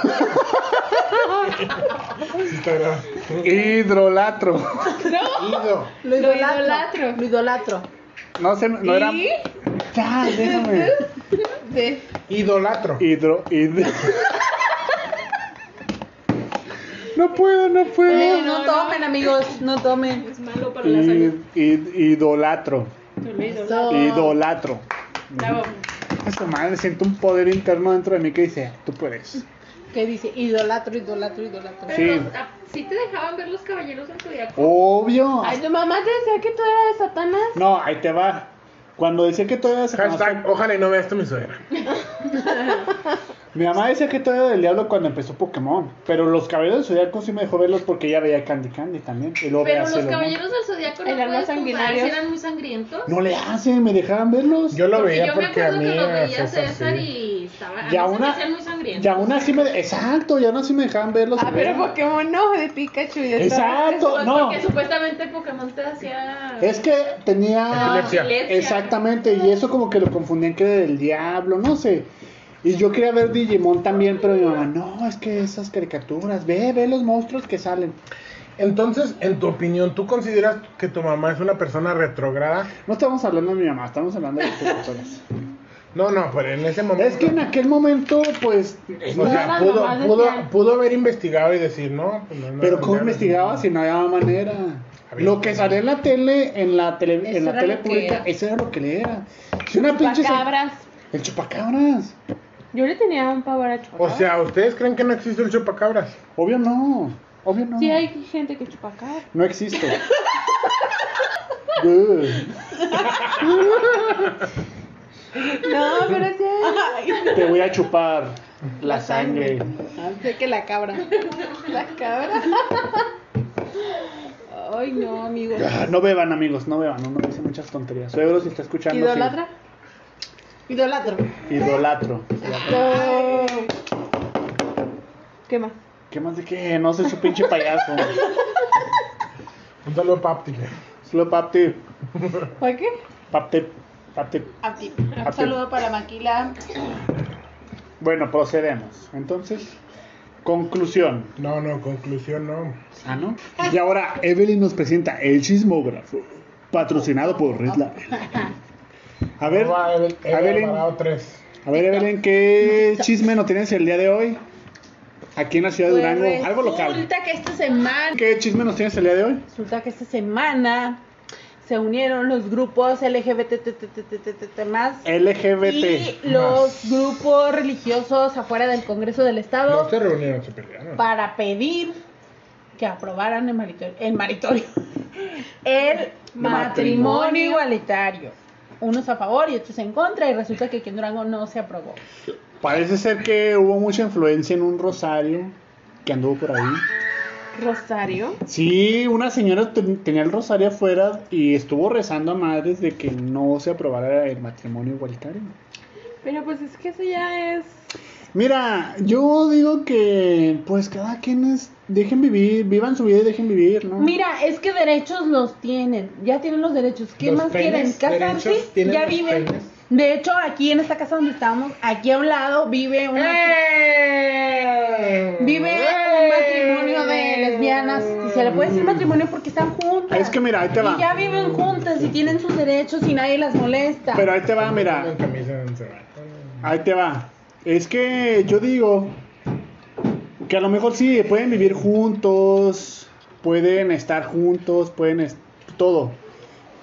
Speaker 4: Instagram.
Speaker 1: hidrolatro.
Speaker 4: Ido.
Speaker 3: Lo
Speaker 5: idolatro.
Speaker 3: Lo idolatro.
Speaker 1: No sé, no era.
Speaker 5: ¿Y?
Speaker 1: Ya, déjame.
Speaker 5: Sí.
Speaker 4: Idolatro.
Speaker 1: Hidro, hid- No puedo, no
Speaker 3: Eh,
Speaker 1: puedo.
Speaker 3: no, tomen, amigos. No tomen.
Speaker 2: Es malo para la salud.
Speaker 1: Id- id- idolatro.
Speaker 3: Eso.
Speaker 1: Idolatro.
Speaker 5: Bravo.
Speaker 1: Esta madre, siento un poder interno dentro de mí que dice, tú puedes.
Speaker 3: ¿Qué dice? Idolatro, idolatro, idolatro.
Speaker 1: Sí.
Speaker 2: Pero los- ah, sí te dejaban ver los caballeros del zodiaco.
Speaker 1: Obvio.
Speaker 5: Ay, tu mamá te decía que tú eras de Satanás.
Speaker 1: No, ahí te va. Cuando decía que todavía se
Speaker 4: Hashtag, ojalá y no vea esto mi suegra.
Speaker 1: Mi mamá decía que todavía era del diablo cuando empezó Pokémon. Pero los caballeros del Zodiaco sí me dejó verlos porque ella veía Candy Candy también. y luego veía
Speaker 2: Pero los
Speaker 1: Sailor Moon.
Speaker 2: caballeros del zodiaco no
Speaker 5: Eran
Speaker 2: puedes comparar
Speaker 5: más sanguinarios.
Speaker 2: si eran muy sangrientos.
Speaker 1: No le hacen, me dejaban verlos.
Speaker 4: Yo lo veía
Speaker 2: yo me
Speaker 4: porque a
Speaker 2: acuerdo
Speaker 4: mí
Speaker 2: que los
Speaker 4: a
Speaker 2: veía
Speaker 4: César
Speaker 2: César
Speaker 4: sí.
Speaker 2: y estaba.
Speaker 1: Y
Speaker 2: Ya
Speaker 1: aún
Speaker 2: una.
Speaker 1: a-
Speaker 2: muy sangrientos.
Speaker 1: Y aún así me. Exacto, y aún así me dejaban verlos.
Speaker 5: Ah, pero Pokémon no, de Pikachu y de
Speaker 1: Exacto.
Speaker 2: Pues
Speaker 1: no.
Speaker 2: Porque supuestamente Pokémon te hacía.
Speaker 1: Es que tenía.
Speaker 4: Epilepsia.
Speaker 1: Exactamente, y eso como que lo confundían que era del diablo, no sé. Y yo quería ver Digimon también, pero mi mamá, no, es que esas caricaturas, ve, ve los monstruos que salen.
Speaker 4: Entonces, en tu opinión, ¿tú consideras que tu mamá es una persona retrógrada?
Speaker 1: No estamos hablando de mi mamá, estamos hablando de las caricaturas.
Speaker 4: No, no, pero en ese momento.
Speaker 1: Es que en aquel momento, pues.
Speaker 4: O
Speaker 1: no,
Speaker 4: sea,
Speaker 5: Todas las
Speaker 4: pudo,
Speaker 5: mamás
Speaker 4: pudo,
Speaker 5: decían.
Speaker 4: pudo haber investigado y decir, no. pues no, no,
Speaker 1: pero
Speaker 4: no,
Speaker 1: ¿cómo
Speaker 4: no,
Speaker 1: investigaba si no había manera?
Speaker 4: Había-
Speaker 1: Lo que salía en la tele, en la tele,
Speaker 3: Eso
Speaker 1: en la
Speaker 3: era
Speaker 1: tele
Speaker 3: lo que
Speaker 1: pública,
Speaker 3: era.
Speaker 1: eso era lo que le era. Si una pinche.
Speaker 5: Chupacabras.
Speaker 1: El chupacabras.
Speaker 5: Yo le tenía un pavor a chupacabras.
Speaker 4: O sea, ¿ustedes creen que no existe el chupacabras?
Speaker 1: Obvio no. Obvio no.
Speaker 5: sí hay gente que chupa cabras.
Speaker 1: No existe. Ugh.
Speaker 5: No, pero sí hay.
Speaker 1: Te voy a chupar la sangre.
Speaker 3: Sé que la cabra.
Speaker 5: La cabra. Ay, no, amigo.
Speaker 1: Ah, No beban, amigos, no beban. Uno dice muchas tonterías. Suegro, si está escuchando. sí.
Speaker 5: ¿Idolatra?
Speaker 3: Idolatro.
Speaker 1: Idolatro.
Speaker 5: No. ¿Qué más?
Speaker 1: ¿Qué más de qué? No sé, su pinche payaso.
Speaker 4: Un saludo para Apti.
Speaker 1: Slow Papti.
Speaker 5: ¿Por qué?
Speaker 1: Papte, papte.
Speaker 3: A ti. Un saludo para Maquila.
Speaker 1: Bueno, procedemos. Entonces, conclusión.
Speaker 4: No, no, conclusión no.
Speaker 1: Ah, ¿no? Y ahora Evelyn nos presenta el chismógrafo, patrocinado por Red Label. A ver,
Speaker 4: Va, Evel- Evel
Speaker 1: Evelyn.
Speaker 4: Alvarado tres.
Speaker 1: a ver, Evelyn, ¿qué chisme nos tienes el día de hoy? Aquí en la ciudad de Durango, algo local.
Speaker 3: Pues, Resulta que esta semana.
Speaker 1: ¿Qué chisme nos tienes el día de hoy?
Speaker 3: Resulta que esta semana se unieron los grupos LGBT más y
Speaker 1: LGBT.
Speaker 3: los grupos religiosos afuera del Congreso del Estado
Speaker 4: No se reunieron, se pelearon.
Speaker 3: para pedir que aprobaran el maritorio, el, maritorio, el matrimonio igualitario. Unos a favor y otros en contra y resulta que aquí en Durango no se aprobó.
Speaker 1: Parece ser que hubo mucha influencia en un rosario que anduvo por ahí.
Speaker 5: Rosario.
Speaker 1: Sí, una señora ten- tenía el rosario afuera y estuvo rezando a madres de que no se aprobara el matrimonio igualitario.
Speaker 5: Pero pues es que eso ya es.
Speaker 1: Mira, yo digo que pues cada quien es, dejen vivir, vivan su vida y dejen vivir, ¿no?
Speaker 3: Mira, es que derechos los tienen, ya tienen los derechos. ¿Qué
Speaker 4: Los
Speaker 3: más
Speaker 4: peines,
Speaker 3: quieren?
Speaker 4: derechos,
Speaker 3: Casarse,
Speaker 4: tienen
Speaker 3: ya
Speaker 4: los
Speaker 3: viven.
Speaker 4: peines.
Speaker 3: De hecho, aquí en esta casa donde estamos, aquí a un lado vive una
Speaker 4: ¡Eh!
Speaker 1: ¡Eh!
Speaker 3: vive un matrimonio de lesbianas. Y se le puede decir matrimonio porque están juntas.
Speaker 1: Es que mira, ahí te
Speaker 3: y
Speaker 1: va.
Speaker 3: ya viven juntas y tienen sus derechos y nadie las molesta.
Speaker 1: Pero ahí te va,
Speaker 4: Con
Speaker 1: mira,
Speaker 4: camisa en cerrar.
Speaker 1: ahí te va. Es que yo digo que a lo mejor sí, pueden vivir juntos, pueden estar juntos, pueden es- todo.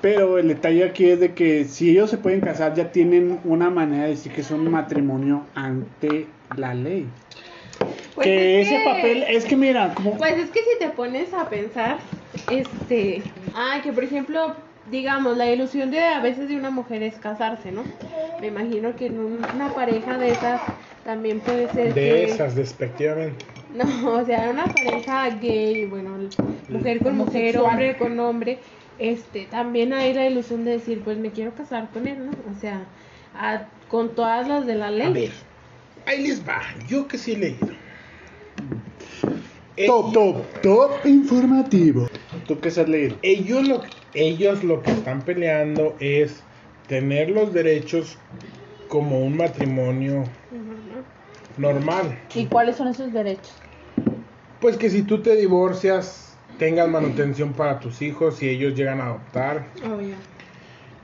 Speaker 1: Pero el detalle aquí es de que si ellos se pueden casar, ya tienen una manera de decir que son un matrimonio ante la ley.
Speaker 5: Pues
Speaker 1: que
Speaker 5: es
Speaker 1: ese
Speaker 5: que-
Speaker 1: papel, es que mira, como...
Speaker 5: Pues es que si te pones a pensar, este. Ah, que por ejemplo, digamos, la ilusión de a veces de una mujer es casarse, ¿no? Me imagino que en un- una pareja de esas también puede
Speaker 4: De
Speaker 5: ser. que-
Speaker 4: esas, despectivamente.
Speaker 5: No, o sea, una pareja gay, bueno, l- mujer con mujer,
Speaker 3: Homosexual.
Speaker 5: hombre con hombre, este, también hay la ilusión de decir, pues me quiero casar con él, ¿no? O sea, a- con todas las de la ley.
Speaker 4: A ver, ahí les va. Yo que sí he leído. Eh,
Speaker 1: Top, top, top informativo. Eh, ¿Tú qué has leído?
Speaker 4: Ellos lo, ellos lo que están peleando es tener los derechos como un matrimonio normal.
Speaker 3: ¿Y cuáles son esos derechos?
Speaker 4: Pues que si tú te divorcias, tengas manutención para tus hijos si ellos llegan a adoptar.
Speaker 5: Obvio.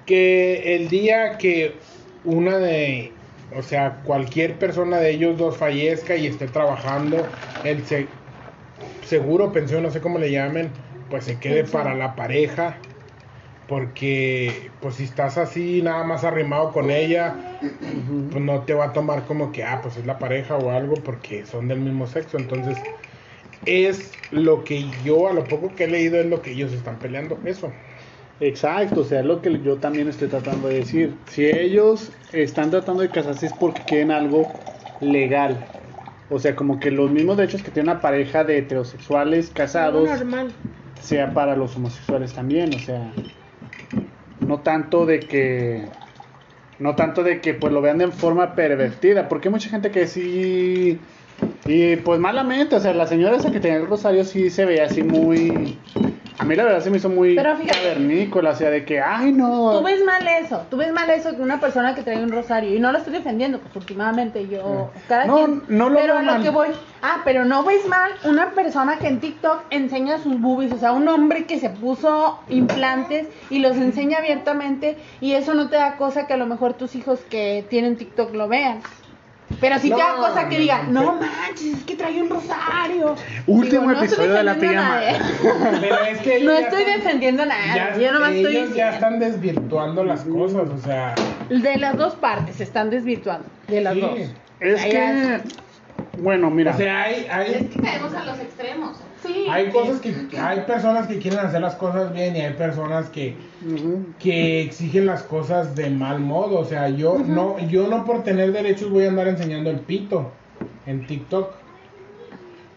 Speaker 4: Que el día que una de, o sea, cualquier persona de ellos dos fallezca y esté trabajando, el se- seguro, pensión, no sé cómo le llamen, pues se quede para la pareja. Porque, pues si estás así, nada más arrimado con ella, pues no te va a tomar como que, ah, pues es la pareja o algo, porque son del mismo sexo. Entonces, es lo que yo, a lo poco que he leído, es lo que ellos están peleando. Eso.
Speaker 1: Exacto, o sea, es lo que yo también estoy tratando de decir. Si ellos están tratando de casarse es porque quieren algo legal. O sea, como que los mismos derechos que tiene una pareja de heterosexuales
Speaker 5: Algo
Speaker 1: casados
Speaker 5: normal.
Speaker 1: sea para los homosexuales también, o sea, no tanto de que no tanto de que pues lo vean de forma pervertida, porque hay mucha gente que sí y pues malamente, o sea, la señora esa que tenía el rosario sí se veía así muy a mí la verdad se me hizo muy
Speaker 3: Pero fíjate.
Speaker 1: cavernícola, o sea, de que ay no.
Speaker 3: Tú ves mal eso, tú ves mal eso que una persona que trae un rosario, y no lo estoy defendiendo, pues últimamente yo,
Speaker 4: Mm.
Speaker 3: cada
Speaker 1: No,
Speaker 3: quien,
Speaker 1: no lo
Speaker 3: pero
Speaker 1: veo
Speaker 3: a lo
Speaker 1: mal.
Speaker 3: que voy, ah, pero no ves mal una persona que en TikTok enseña sus boobies, o sea, un hombre que se puso implantes y los enseña abiertamente, y eso no te da cosa que a lo mejor tus hijos que tienen TikTok lo vean. Pero sí te da
Speaker 4: No,
Speaker 3: cosa que
Speaker 4: no,
Speaker 3: digan,
Speaker 4: no,
Speaker 3: no manches, es que trae un rosario.
Speaker 1: Último
Speaker 3: Digo, no estoy
Speaker 1: episodio de la
Speaker 3: defendiendo a
Speaker 1: pijama.
Speaker 3: nadie.
Speaker 4: Pero es que ellos
Speaker 3: No
Speaker 4: ya
Speaker 3: estoy
Speaker 4: están-
Speaker 3: defendiendo
Speaker 4: ya-
Speaker 3: nada, yo nomás
Speaker 4: ellos
Speaker 3: estoy
Speaker 4: ya
Speaker 3: diciendo.
Speaker 4: están desvirtuando las cosas, o sea,
Speaker 3: De las dos partes se están desvirtuando. De las
Speaker 4: Sí.
Speaker 3: dos.
Speaker 1: es
Speaker 3: Ahí
Speaker 1: que bueno, mira,
Speaker 4: o sea, hay,
Speaker 2: Es
Speaker 4: hay,
Speaker 2: que caemos a los extremos.
Speaker 3: Sí.
Speaker 4: hay cosas que, hay personas que quieren hacer las cosas bien y hay personas que,
Speaker 1: ujú.
Speaker 4: que exigen las cosas de mal modo, o sea, yo no, yo no por tener derechos voy a andar enseñando el pito en TikTok.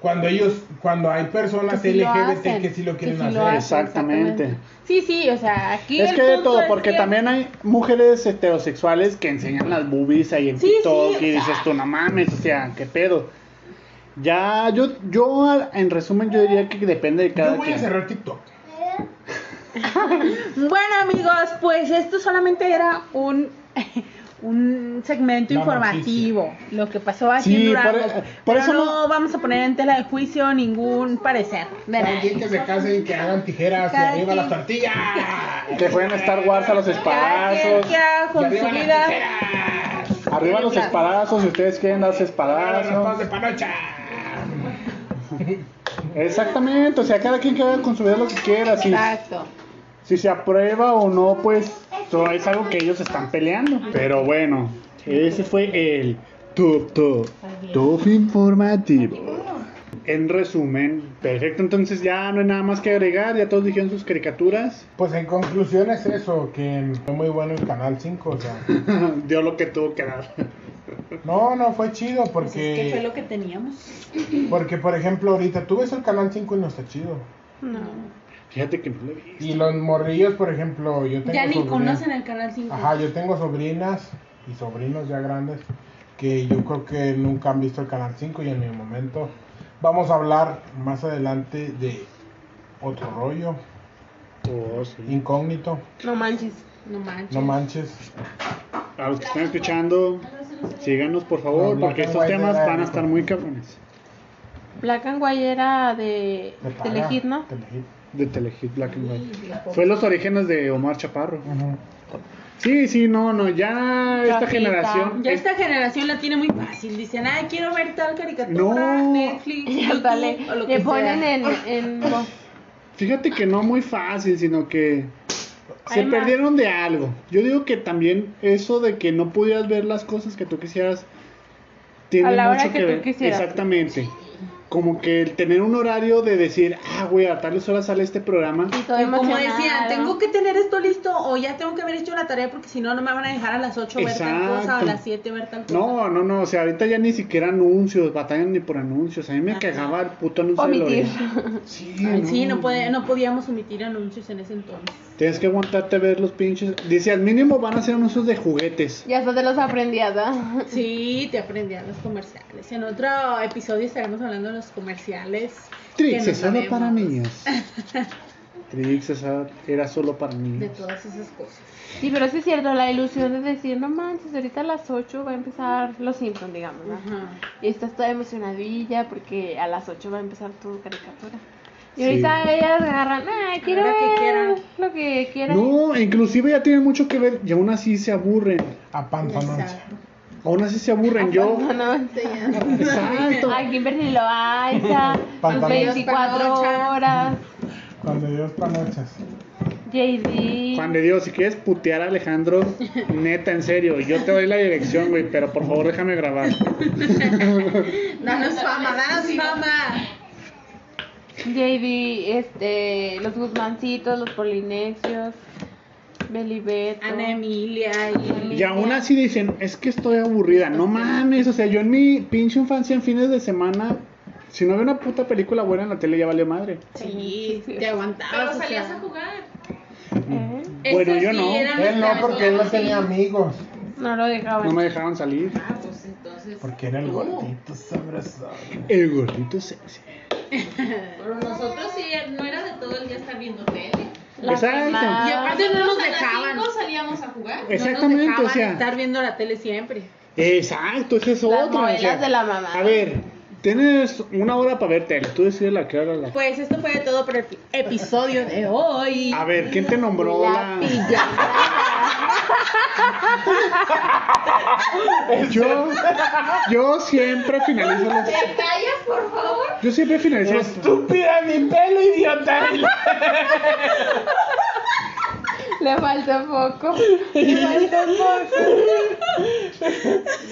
Speaker 4: Cuando ellos, cuando hay personas
Speaker 3: Que sí lo
Speaker 4: LGBT
Speaker 3: hacen,
Speaker 4: que sí lo
Speaker 3: que
Speaker 4: quieren
Speaker 3: sí
Speaker 4: hacer.
Speaker 3: lo hacen,
Speaker 1: Exactamente.
Speaker 3: Sí, sí, o sea, aquí.
Speaker 1: Es
Speaker 3: el
Speaker 1: que de
Speaker 3: punto
Speaker 1: todo,
Speaker 3: es
Speaker 1: porque
Speaker 3: que-
Speaker 1: también hay mujeres heterosexuales que enseñan las boobies ahí en
Speaker 3: Sí,
Speaker 1: TikTok
Speaker 3: sí,
Speaker 1: y
Speaker 3: o sea.
Speaker 1: dices tú, no mames, o sea, qué pedo. Ya, yo, yo, en resumen, yo diría que depende de
Speaker 4: Yo
Speaker 1: cada
Speaker 4: voy a
Speaker 1: quien.
Speaker 4: cerrar TikTok.
Speaker 3: Bueno, amigos, pues esto solamente era un, un segmento
Speaker 4: Una
Speaker 3: informativo. Lo que pasó aquí
Speaker 1: Sí,
Speaker 3: en Durango.
Speaker 1: por- por
Speaker 3: Pero
Speaker 1: eso
Speaker 3: no,
Speaker 1: no-
Speaker 3: vamos a poner en tela de juicio ningún parecer. de nadie.
Speaker 4: Alguien que se casen, que hagan tijeras y
Speaker 3: Cada
Speaker 4: arriba
Speaker 3: quien.
Speaker 4: las tortillas.
Speaker 1: Que jueguen a Star Wars a los
Speaker 3: Cada quien
Speaker 1: espadazos.
Speaker 3: que haga
Speaker 4: Y
Speaker 3: con su
Speaker 4: arriba las
Speaker 3: vida.
Speaker 4: tijeras.
Speaker 1: Arriba los espadazos, si ustedes quieren darse
Speaker 4: Arriba las papas de
Speaker 1: espadazos.
Speaker 4: panocha.
Speaker 1: Exactamente, o sea, cada quien que haga con su vida lo que quiera. Si,
Speaker 3: Exacto.
Speaker 1: si se aprueba o no, pues todo es algo que ellos están peleando. Pero bueno, ese fue el top, top, top informativo. En resumen, perfecto, entonces ya no hay nada más que agregar, ya todos dijeron sus caricaturas,
Speaker 4: Pues en conclusión es eso, que fue muy bueno el Canal 5, o sea.
Speaker 1: dio lo que tuvo que dar.
Speaker 4: No, no, fue chido porque...
Speaker 3: Pues es que fue lo que teníamos.
Speaker 4: Porque, por ejemplo, ahorita tú ves el Canal 5 y no está chido.
Speaker 5: No.
Speaker 1: Fíjate que no lo vi.
Speaker 4: Y los morrillos, por ejemplo, yo tengo
Speaker 3: Ya ni
Speaker 4: sobrinas-
Speaker 3: conocen el Canal 5.
Speaker 4: Ajá, yo tengo sobrinas y sobrinos ya grandes que yo creo que nunca han visto el Canal 5 y en mi momento vamos a hablar más adelante de otro rollo,
Speaker 1: Oh, sí.
Speaker 4: incógnito,
Speaker 5: No manches.
Speaker 3: No manches.
Speaker 4: no manches.
Speaker 1: A los que están escuchando, síganos por favor,
Speaker 4: No,
Speaker 1: porque
Speaker 4: no,
Speaker 1: estos
Speaker 4: no,
Speaker 1: temas
Speaker 4: no, no,
Speaker 1: van a
Speaker 4: no.
Speaker 1: estar muy cabrones.
Speaker 5: Black and White era de
Speaker 4: De paga,
Speaker 5: Telehit, ¿no?
Speaker 4: Telehit.
Speaker 1: De Telehit Black and White. Fue los orígenes de Omar Chaparro.
Speaker 4: Ujú.
Speaker 1: Sí, sí, no, no, ya esta
Speaker 5: Rafita.
Speaker 1: generación.
Speaker 3: Ya esta generación la tiene muy fácil. Dicen, ay, quiero ver tal caricatura,
Speaker 1: No.
Speaker 3: Netflix, YouTube,
Speaker 5: Ándale.
Speaker 3: o lo que
Speaker 5: Le ponen
Speaker 3: sea.
Speaker 5: en, en voz.
Speaker 1: Fíjate que no muy fácil, sino que se
Speaker 5: Hay más.
Speaker 1: perdieron de algo. Yo digo que también eso de que no pudieras ver las cosas que tú quisieras tiene
Speaker 5: A la hora
Speaker 1: mucho
Speaker 5: que
Speaker 1: que
Speaker 5: tú
Speaker 1: ver.
Speaker 5: quisieras.
Speaker 1: Exactamente. Como que el tener un horario de decir, ah, güey, a tales horas sale este programa.
Speaker 5: Y todo
Speaker 3: Y como
Speaker 5: emocionado.
Speaker 3: decían, tengo que tener esto listo o ya tengo que haber hecho la tarea porque si no, no me van a dejar a las 8 ver tal cosa o a
Speaker 1: Exacto.
Speaker 3: las 7 ver tal cosa.
Speaker 1: No, no, no, o sea, ahorita ya ni siquiera anuncios, batallan ni por anuncios. A mí me
Speaker 3: Ajá.
Speaker 1: cagaba el puto anuncio de
Speaker 5: Omitir.
Speaker 1: L'Oreal. Sí,
Speaker 3: Ay, sí, no, puede- no podíamos omitir anuncios en ese entonces.
Speaker 1: Tienes que aguantarte a ver los pinches. Dice, al mínimo van a ser anuncios de juguetes.
Speaker 5: Ya hasta te los aprendí, ¿verdad?
Speaker 3: Sí, te aprendían los comerciales. En otro episodio estaremos hablando de los comerciales.
Speaker 1: Trix
Speaker 3: que no
Speaker 1: es solo para
Speaker 3: sabemos
Speaker 1: niños. Trix es- era solo para
Speaker 3: De
Speaker 1: niños.
Speaker 3: todas esas cosas.
Speaker 5: Sí, pero sí es cierto, la ilusión de decir, no manches, ahorita a las 8 va a empezar Los Simpsons, digamos, ¿no?
Speaker 3: Ajá.
Speaker 5: Y estás toda emocionadilla porque a las 8 va a empezar tu caricatura. Y
Speaker 1: Sí.
Speaker 5: ahorita ellas agarran, ay, quiero
Speaker 3: Ahora que
Speaker 5: ver
Speaker 3: quieran".
Speaker 5: lo que quieran.
Speaker 1: No, inclusive ya tienen mucho que ver y aún así se aburren.
Speaker 4: A Panza Noche.
Speaker 1: Aún así se aburren. Yo,
Speaker 5: No, no, no.
Speaker 1: exacto.
Speaker 5: Ay, Kimberly Loaiza, tus
Speaker 4: Pantalón.
Speaker 5: 24
Speaker 3: Panocha.
Speaker 5: horas,
Speaker 4: Cuando Dios panochas.
Speaker 1: Juan
Speaker 5: JD.
Speaker 1: de Dios, si quieres putear a Alejandro, neta, en serio, yo te doy la dirección, güey, pero por favor déjame grabar.
Speaker 3: Danos fama, danos fama.
Speaker 5: JD, este, los Guzmancitos, los Polinexios, Belibeto.
Speaker 3: Ana Emilia y...
Speaker 1: Y aún así dicen, es que estoy aburrida, no mames, o sea, yo en mi pinche infancia en fines de semana, si no veo una puta película buena en la tele ya valió madre.
Speaker 3: Sí, te aguantabas. o sea.
Speaker 2: jugar.
Speaker 5: ¿Eh?
Speaker 1: Bueno,
Speaker 3: Eso
Speaker 1: yo
Speaker 3: sí
Speaker 1: no,
Speaker 3: era
Speaker 4: Él no,
Speaker 3: nuestra
Speaker 4: porque él no
Speaker 3: mejor
Speaker 4: tenía amigos.
Speaker 5: No lo dejaban.
Speaker 1: no me dejaban salir.
Speaker 2: Ah, pues entonces.
Speaker 4: Porque era el
Speaker 2: tú.
Speaker 4: gordito sabroso.
Speaker 1: El gordito sexy.
Speaker 2: Pero nosotros sí, eh, no era de todo el día estar viendo tele.
Speaker 5: La
Speaker 1: Exacto.
Speaker 5: quemada.
Speaker 3: Y aparte Ah, no nos
Speaker 2: Nosotros a las
Speaker 3: dejaban.
Speaker 2: cinco salíamos a jugar.
Speaker 1: Exactamente,
Speaker 3: no nos dejaban
Speaker 1: o sea.
Speaker 3: estar viendo la tele siempre.
Speaker 1: Exacto, ese es
Speaker 5: Las
Speaker 1: otro. o sea,
Speaker 5: novelas de la mamá.
Speaker 1: A ver, tienes una hora para ver tele, tú decides la que hora la...
Speaker 3: Pues esto fue de todo por el pi- episodio de hoy.
Speaker 1: A ver, ¿quién te nombró
Speaker 5: La
Speaker 1: la...?
Speaker 5: pijama.
Speaker 1: Yo, yo siempre finalizo los...
Speaker 2: ¿Te callas, por favor?
Speaker 1: Yo siempre finalizo los...
Speaker 4: Estúpida mi pelo, idiota.
Speaker 5: Le falta poco. Le falta poco.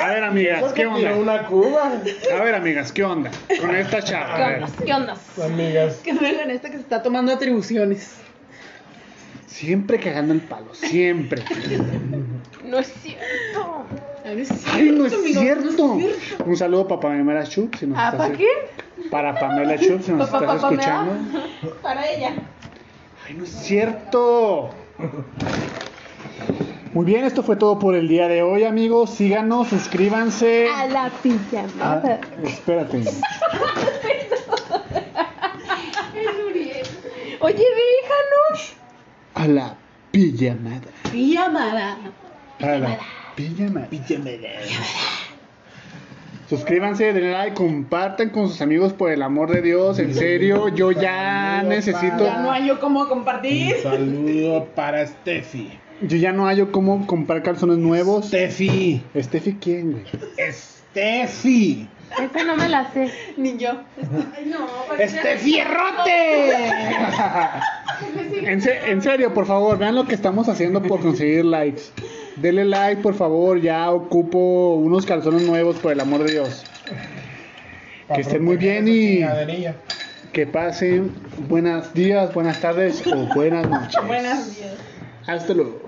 Speaker 1: A ver, amigas, ¿qué
Speaker 4: Porque tiró
Speaker 1: onda?
Speaker 4: una cuba.
Speaker 1: A ver, amigas, ¿qué onda? Con esta chava. A ver.
Speaker 5: ¿Qué onda?
Speaker 4: Amigas.
Speaker 3: Que en esta que se está tomando atribuciones.
Speaker 1: Siempre cagando el palo, siempre.
Speaker 5: No es cierto.
Speaker 1: Ay, no es cierto. Un saludo para Pamela Chup, si nos
Speaker 5: ¿Ah,
Speaker 1: estás
Speaker 5: para qué?
Speaker 1: Para Pamela Chup, si nos
Speaker 5: Pa- pa-
Speaker 1: estás
Speaker 5: pa- Pamela.
Speaker 1: escuchando.
Speaker 5: Para ella.
Speaker 1: Ay, no es cierto. Muy bien, esto fue todo por el día de hoy, amigos. Síganos, suscríbanse.
Speaker 5: A la
Speaker 1: Ah,
Speaker 5: pijama.
Speaker 1: espérate.
Speaker 5: Oye, déjanos.
Speaker 1: a la pijamada.
Speaker 3: Llamada.
Speaker 1: A la pijamada. Suscríbanse, denle like, compartan con sus amigos por el amor de Dios. En serio, yo ya
Speaker 4: Saludos,
Speaker 1: necesito.
Speaker 3: Ya no hay yo cómo compartir.
Speaker 4: Un saludo para Steffi.
Speaker 1: Yo ya no hallo cómo comprar calzones nuevos.
Speaker 4: Steffi.
Speaker 1: Steffi, ¿quién, güey?
Speaker 4: Steffi.
Speaker 5: Esa no me la sé.
Speaker 3: Ni yo.
Speaker 2: Ay, no,
Speaker 4: Steffi Errote.
Speaker 1: En, se- en serio, por favor, vean lo que estamos haciendo por conseguir likes. Dele like, por favor, ya ocupo unos calzones nuevos, por el amor de Dios. Que estén muy bien y- Que pasen buenos días, buenas tardes o buenas noches.
Speaker 3: Buenos días.
Speaker 1: Hasta luego.